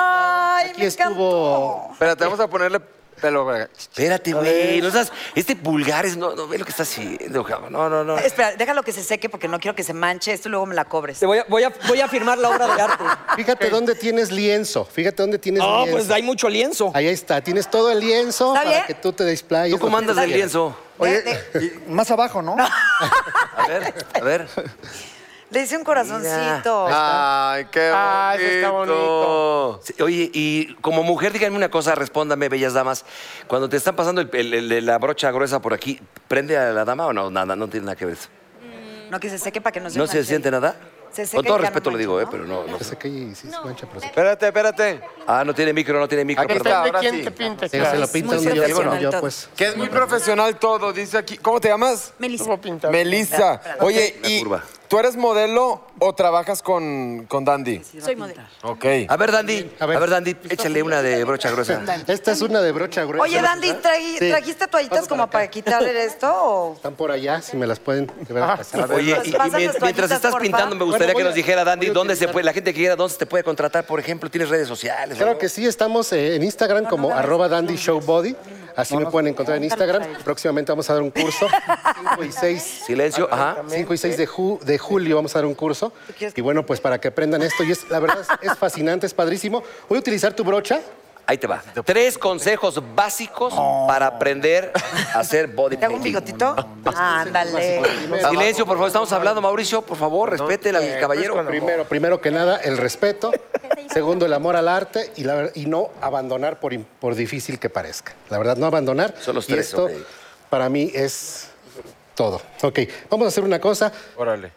S6: Ay,
S4: Aquí
S6: me
S4: estuvo.
S6: encantó.
S3: Espérate, vamos a ponerle pelo. güey.
S1: Espérate, güey. No seas- este vulgar es. No, no, ve lo que está haciendo, cabrón. No, no, no.
S6: Espera, déjalo que se seque porque no quiero que se manche. Esto luego me la cobres.
S5: Te voy a, voy a- voy a firmar la obra de arte.
S4: Fíjate dónde tienes lienzo, fíjate dónde tienes
S5: No,
S4: lienzo.
S5: pues hay mucho lienzo.
S4: Ahí está, tienes todo el lienzo
S6: ¿Está
S4: para
S6: bien?
S4: que tú te desplayes.
S1: ¿Tú cómo
S4: lo que
S1: andas
S4: tú
S1: del
S4: quieras.
S1: lienzo?
S2: Oye,
S6: Ve-
S2: y más abajo, ¿no?
S1: A ver, a ver.
S6: Le hice un corazoncito.
S3: Ay, qué bonito.
S9: Ah, eso está bonito.
S1: Sí, Oye, y como mujer, díganme una cosa, respóndame, bellas damas. Cuando te están pasando el- el- el- la brocha gruesa por aquí, ¿prende a la dama o no? Nada, no tiene nada que ver. eso.
S6: No, que se seque para que no se
S1: ¿No se
S6: manche.
S1: siente nada?
S6: Se seca
S1: Con todo
S6: y ya no
S1: respeto lo
S6: mancha,
S1: digo, ¿eh?
S6: ¿no?
S1: Pero no, no.
S4: Pues aquí sí se mancha, pero sí.
S3: Espérate, espérate.
S1: Ah, no tiene micro, no tiene micro,
S3: Aquí
S1: perdón.
S3: está.
S9: depende
S3: ahora
S9: quién
S3: sí.
S9: te pinte.
S4: Sí, se
S9: claro.
S4: lo pintan
S6: muy
S4: yo,
S6: profesional
S4: yo
S6: todo.
S4: pues.
S3: Que es muy profesional todo, dice aquí. ¿Cómo te llamas?
S6: Melissa.
S9: Pinta.
S3: Melissa. Oye,
S1: La
S3: y
S1: curva.
S3: ¿tú eres modelo o trabajas con, con Dandy?
S6: Soy modelo.
S3: Ok.
S1: A Ah. ver, Dandy, a
S4: A ver.
S1: ver, Dandy, échale una de brocha gruesa.
S4: Esta es una de brocha gruesa.
S6: Oye, Dandy, ¿tragi-
S4: Sí.
S6: ¿trajiste toallitas como para quitar esto? o?
S4: Están por allá, si me las pueden de
S9: Ah,
S4: verdad, pasar.
S1: Oye,
S6: Pues
S1: y, y
S6: pásame
S1: mien-
S6: las
S1: mientras
S6: toallitas,
S1: estás
S6: porfa.
S1: pintando, me gustaría
S4: Bueno, voy
S1: que
S4: a-
S1: nos dijera, Dandy,
S4: voy a
S1: dónde se
S4: utilizar-
S1: puede, la gente que quiera, dónde se te puede contratar, por ejemplo, tienes redes sociales.
S4: Claro
S1: no?
S4: que sí, estamos eh, en Instagram como arroba dandy show body. Así me pueden encontrar en Instagram. Próximamente vamos a dar un curso. 5 y 6.
S1: Silencio, ajá.
S4: 5 y 6 de, ju- de julio vamos a dar un curso. Y bueno, pues para que aprendan esto. Y es, la verdad es, es fascinante, es padrísimo. Voy a utilizar tu brocha.
S1: Ahí te va. Tres consejos básicos para aprender a hacer body
S6: ¿Te hago un
S1: painting.
S6: bigotito? Ándale.
S1: Silencio, por favor, estamos hablando, Mauricio, por favor, respete al caballero.
S4: Primero, primero que nada, el respeto. Segundo, el amor al arte y, la ver- y no abandonar por, im- por difícil que parezca. La verdad, no abandonar.
S1: Son los
S4: Y
S1: tres,
S4: esto
S1: ok.
S4: para mí es todo. Ok, vamos a hacer una cosa.
S3: Órale.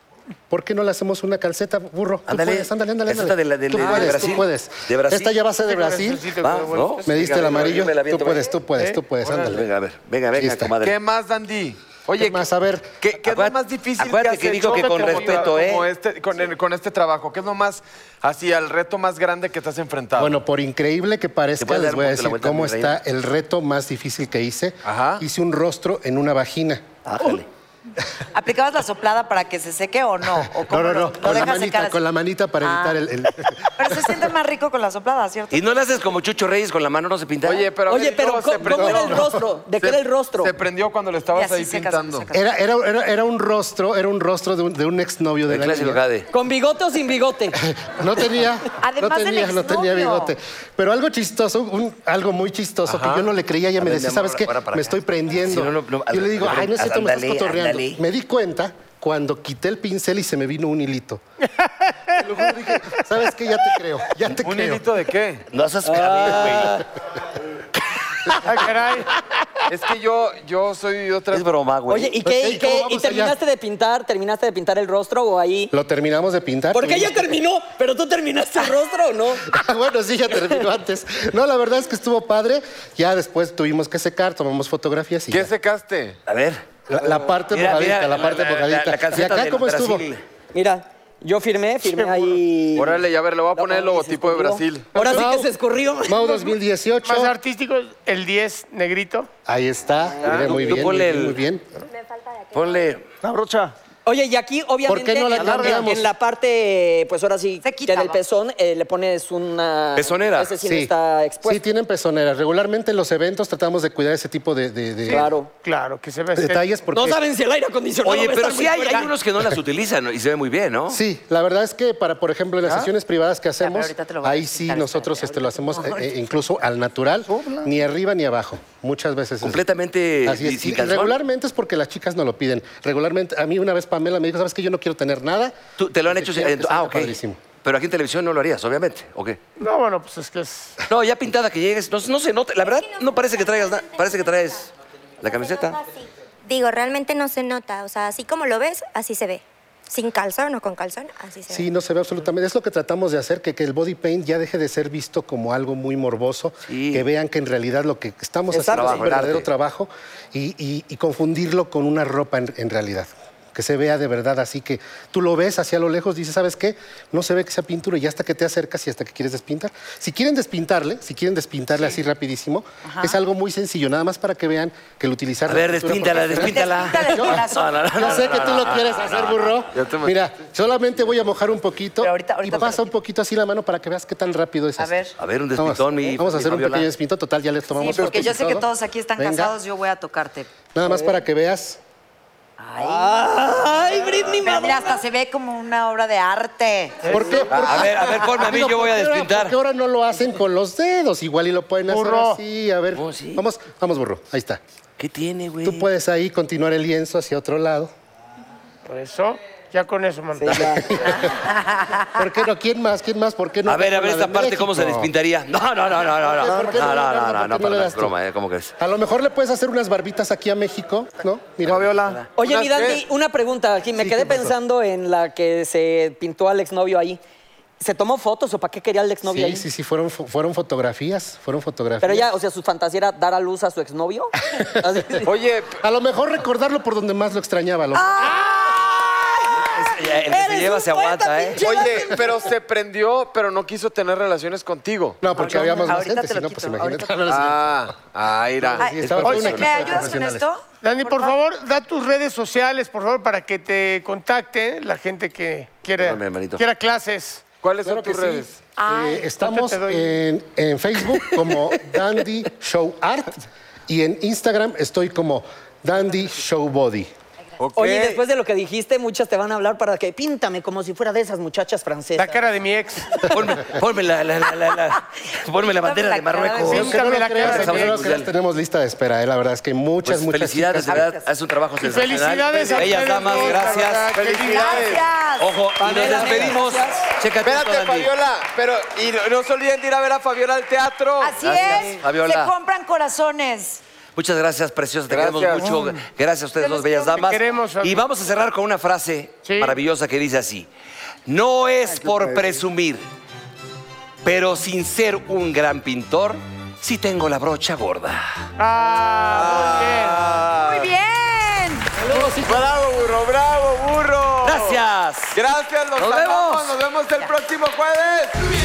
S4: ¿Por qué no le hacemos una calceta, burro? Tú
S1: Ándale.
S4: puedes, ándale, ándale,
S1: Esa
S4: ándale.
S1: de la- de-
S4: tú
S1: de- de
S4: puedes,
S1: Brasil.
S4: tú puedes.
S1: De Brasil.
S4: Esta ya va a ser de Brasil.
S1: Va, ¿no?
S4: Me diste el
S1: Venga,
S4: amarillo.
S1: yo me la aviento,
S4: Tú puedes,
S1: venga.
S4: tú puedes, tú puedes, ándale.
S1: Venga, a ver, venga, venga,
S4: Lista.
S1: comadre.
S3: ¿Qué más, Dandy?
S4: Oye, ¿Qué más? A ver,
S3: ¿Qué, qué es lo
S1: Acuérdate-
S3: más difícil
S1: acuérdate
S3: que has
S1: que digo
S3: hecho
S1: que con
S3: como-
S1: respeto, ¿eh?
S3: como este- con, el- con este trabajo, ¿qué es lo más, así, al reto más grande que te has enfrentado?
S4: Bueno, por increíble que
S1: ¿Te
S4: parezca,
S1: puedes
S4: les
S1: dar
S4: voy a
S1: un poco la
S4: decir
S1: vuelta,
S4: cómo
S1: mi reina?
S4: está el reto más difícil que hice.
S3: Ajá.
S4: Hice un rostro en una vagina.
S1: Ájale.
S6: ¿Aplicabas la soplada para que se seque o no? ¿O
S4: No,
S6: cómo
S4: no,
S6: lo-
S4: no,
S6: lo
S4: con la
S6: dejas secar
S4: manita,
S6: así?
S4: con la manita para evitar
S6: Ah.
S4: el... el-
S6: Pero se siente más rico con la soplada, ¿cierto?
S1: Y no le haces como Chucho Reyes con la mano, no se pinta.
S3: Oye, pero... a
S5: Oye,
S3: ver,
S5: pero
S3: se
S5: ¿cómo- cómo era el rostro? ¿De qué
S3: Se-
S5: era el rostro?
S3: Se prendió cuando lo
S6: Y
S3: estabas
S6: así
S3: ahí
S6: secas,
S3: pintando.
S6: secas.
S4: Era, era, era, era un rostro, era un rostro de un, de un exnovio de
S1: El
S4: la
S1: clásico
S4: niña.
S1: Jade.
S5: ¿Con bigote o sin bigote?
S3: Pues,
S4: No tenía, no
S6: Además del
S4: tenía, no tenía
S6: exnovio.
S4: bigote. Pero algo chistoso, un- algo muy chistoso
S3: Ajá.
S4: que yo no le creía, ella
S1: A
S4: me
S1: ver,
S4: decía,
S1: mi amor,
S4: ¿sabes qué?
S1: ahora para acá".
S4: Me estoy prendiendo.
S1: Sí, no, no, no,
S4: yo le digo,
S1: ándale,
S4: ay, no es cierto, me estás
S1: ándale,
S4: cotorreando.
S1: ándale.
S4: Me di cuenta cuando quité el pincel y se me vino un hilito. Te lo juro, dije, ¿sabes qué? Ya te creo, ya te
S3: ¿Un
S4: creo.
S3: hilito de qué?
S1: No haces cabello, güey.
S9: Ah, caray.
S3: Es que yo, yo soy de otra...
S1: Es broma, güey.
S5: Oye, ¿y
S4: Pues,
S5: qué?
S4: ¿y
S5: ¿Y,
S4: cómo
S5: qué?
S4: vamos
S5: ¿Y terminaste de pintar? ¿Terminaste de pintar el rostro o ahí?
S4: Lo terminamos de pintar.
S5: Porque
S4: tuvimos
S5: ella terminó, pero tú terminaste el rostro o no.
S4: Ah, bueno, sí, ya terminó antes. No, la verdad es que estuvo padre. Ya después tuvimos que secar, tomamos fotografías y
S3: ¿Qué
S4: ya.
S3: secaste?
S1: A ver.
S4: La, la parte
S1: Mira,
S4: mojadita,
S1: mira,
S4: la parte
S1: la- la-
S4: mojadita.
S1: la
S4: ¿Y
S1: calceta
S4: acá
S1: del
S4: cómo estuvo?
S1: Brasil.
S5: Mira, yo firmé, firmé ahí.
S3: Órale, ya ver, le voy a
S5: No,
S3: poner el
S5: mames,
S3: logotipo
S5: se
S3: de
S5: escurrió.
S3: Brasil.
S5: Ahora sí que
S4: Mau-
S5: se escurrió.
S4: Mau 2018.
S11: Más artístico, el 10 negrito.
S4: Ahí está. Mira,
S1: tú-
S4: muy
S1: Ah, tú
S4: bien, muy
S1: ponle
S4: bien,
S1: el-
S4: muy bien.
S1: Ponle.
S12: La brocha.
S5: Oye, y aquí
S4: ¿Por
S5: obviamente
S4: qué no la
S5: en,
S4: cambiamos?
S5: en la parte, pues ahora sí,
S6: Se quita,
S5: que del
S6: va.
S5: pezón eh, le pones una...
S1: Pezonera.
S5: Ese sí, no está
S4: sí,
S5: expuesto.
S4: tienen pezoneras. Regularmente en los eventos tratamos de cuidar ese tipo de, de- de-
S5: claro.
S11: Claro, que se ve. este
S4: de detalles porque...
S5: No saben si el aire acondicionado
S1: Oye,
S5: va a
S1: pero
S5: estar
S1: sí
S5: muy
S1: hay,
S5: fuerte.
S1: hay unos que no las utilizan ¿no? y se ve muy bien, ¿no?
S4: Sí, la verdad es que para, por ejemplo, en
S11: ¿Ah?
S4: las sesiones privadas que
S6: pero
S4: hacemos,
S6: ahorita te lo voy a
S4: ahí sí
S6: quitar,
S4: nosotros
S6: espérate,
S4: este, lo hacemos
S6: ahorita.
S4: eh, eh, incluso al natural, ni arriba ni abajo. Muchas veces. es-
S1: Completamente
S4: Así
S1: sin
S4: es. Y
S1: calzón.
S4: Regularmente es porque las chicas no lo piden. Regularmente, a mí una vez Pamela me dijo, ¿sabes qué? Yo no quiero tener nada.
S1: Tú- te lo han
S4: Porque
S1: hecho.
S4: quiero
S1: en-
S4: que
S1: ah,
S4: salga
S1: ok.
S4: padrísimo.
S1: Pero aquí en televisión no lo harías, obviamente. ¿O qué?
S11: No, bueno, pues es que es.
S1: No, ya pintada que llegues. No, no se nota. La verdad, no parece que traigas nada. Parece que traes la camiseta.
S8: Digo, realmente no se nota. O sea, así como lo ves, así se ve. Sin calzón o con calzón, así se
S4: Sí,
S8: ve.
S4: no se ve absolutamente. Es lo que tratamos de hacer, que, que el body paint ya deje de ser visto como algo muy morboso,
S1: Sí.
S4: que vean que en realidad lo que estamos
S5: Es
S4: haciendo es
S1: trabajo,
S4: un
S1: el
S4: verdadero
S1: arte.
S4: trabajo y, y- y confundirlo con una ropa en, en realidad. Que se vea de verdad así que tú lo ves hacia lo lejos, dices, ¿sabes qué? No se ve que sea pintura y hasta que te acercas y hasta que quieres despintar. Si quieren despintarle, si quieren despintarle así rapidísimo, es algo muy sencillo, nada más para que vean que el utilizar...
S1: A ver,
S4: la pintura-
S1: despíntala, despíntala.
S6: Despíntala el
S1: No,
S6: corazón.
S1: no, no,
S4: yo
S1: no,
S4: sé
S1: no,
S4: que tú
S1: no,
S4: lo
S1: no,
S4: quieres
S1: no,
S4: hacer,
S1: no,
S4: burro.
S3: Ya te metí.
S4: Mira, solamente voy a mojar un poquito
S6: Pero ahorita- ahorita
S4: y pasa un poquito así la mano para que veas qué tan rápido es
S6: A
S4: esto.
S6: ver.
S1: A ver, un
S4: Vamos,
S1: despintón, mi.
S4: vamos a
S1: mi
S4: hacer un
S1: Fabiola.
S4: pequeño despintón. Total, ya les
S6: Sí,
S4: tomamos
S6: porque
S4: fotos
S6: yo
S4: y
S6: sé que
S4: todo.
S6: todos aquí están
S4: Venga,
S6: cansados, yo voy a tocarte.
S4: Nada más para que veas.
S5: ¡Ay, Britney
S6: Pero mira,
S5: Madonna!
S6: hasta se ve como una obra de arte.
S4: ¿Por qué? ¿Por
S1: A
S4: qué?
S1: ver, a ver, ponme a mí,
S4: Digo,
S1: yo voy a
S4: ¿por qué ahora-
S1: despintar.
S4: Porque ahora no lo hacen con los dedos. Igual y lo pueden hacer
S11: Burro.
S4: así. A ver.
S1: Oh, sí.
S4: Vamos, vamos, burro. Ahí está.
S1: ¿Qué tiene, güey?
S4: Tú puedes ahí continuar el lienzo hacia otro lado.
S11: Por eso, ya con eso, man.
S4: ¿Por qué no? ¿Quién más? ¿Quién más? ¿Por qué no?
S1: A ver, a
S4: con
S1: ver
S4: la de
S1: esta parte cómo se
S4: México?
S1: despintaría. No, no, no, no, no, no. No,
S4: ¿Por qué
S1: no, no, no, no,
S4: ¿Por qué
S1: para nada,
S4: le
S1: es
S4: das tú?
S1: broma, ¿eh? ¿Cómo crees?
S4: A lo mejor le puedes hacer unas barbitas aquí a México, ¿no? Mira.
S3: Fabiola.
S5: Oye,
S3: ¿unas
S5: mi Dante,
S3: qué?
S5: una pregunta aquí. Me
S4: Sí,
S5: quedé
S4: ¿qué pasó?
S5: pensando en la que se pintó al exnovio ahí. ¿Se tomó fotos o para qué quería al exnovio ahí?
S4: Sí, sí, sí, fueron, fo- fueron fotografías, fueron fotografías.
S5: Pero ya, o sea, su fantasía era dar a luz a su exnovio. Así.
S3: Oye,
S4: A lo mejor recordarlo por donde más lo extrañaba. lo-
S5: Ah,
S1: Eh, El que se
S5: Eres
S1: lleva
S5: un
S1: se aguanta,
S5: poeta,
S1: ¿eh?
S5: pinche-
S3: oye, pero se prendió, pero no quiso tener relaciones contigo.
S4: No, porque habíamos más
S6: ahorita
S4: gente, si
S6: te lo
S4: no, pues
S6: quito,
S4: imagínate.
S6: ahorita
S3: Ah, ah, ira.
S6: Ay,
S4: estaba con
S6: oye,
S4: una
S6: ¿Me
S4: equipo de
S6: ayudas con
S4: profesionales.
S6: esto?
S11: Dani, por favor, da tus redes sociales, por favor, para que te contacte la gente que quiera,
S1: Perdóname, hermanito.
S11: quiera clases.
S3: ¿Cuáles
S4: Claro
S3: son tus
S4: que sí.
S3: redes?
S4: Eh, estamos
S11: ahorita te doy.
S4: en, en Facebook como Dandy Show Art y en Instagram estoy como Dandy Show Body.
S3: Ok.
S5: Oye, y después de lo que dijiste, muchas te van a hablar para que píntame como si fuera de esas muchachas
S11: La
S5: francesas.
S11: cara de mi ex.
S1: Ponme, ponme la, la, la, la, la- ponme la bandera de
S6: Dame la cara de
S1: Marruecos.
S11: México.
S4: Aunque no lo
S11: la cara
S4: creas,
S11: de
S4: aunque no lo
S1: México.
S4: creas, tenemos lista de espera, eh, la verdad es que muchas,
S1: Pues
S4: muchas
S1: felicidades, de
S4: chicas-
S1: verdad, hace un trabajo sensacional.
S11: Felicidades a
S1: Bellas
S11: ustedes
S1: damas,
S11: dos, la verdad,
S1: gracias.
S3: Felicidades.
S6: Gracias.
S1: Ojo, y nos
S5: Pamela,
S1: despedimos.
S5: gracias.
S1: Chécate esto,
S3: Espérate,
S1: Dandy.
S3: Fabiola. Pero, y no, no se olviden de ir a ver a Fabiola al teatro.
S6: Así
S1: Gracias,
S6: es.
S1: Fabiola.
S6: Se compran corazones.
S1: Muchas gracias, preciosa. Te
S3: Gracias. Mm.
S1: queremos mucho. Gracias a ustedes dos, bellas damas.
S11: queremos, Fabio.
S1: y vamos a cerrar con una frase
S11: Sí.
S1: maravillosa que dice así. No es por presumir, pero sin ser un gran pintor, sí tengo la brocha gorda.
S11: Ah,
S6: Muy bien.
S3: Bravo, burro, bravo, burro.
S1: Gracias.
S3: Oh. Gracias, los
S1: Nos
S3: amamos.
S1: vemos.
S3: Nos vemos el próximo jueves.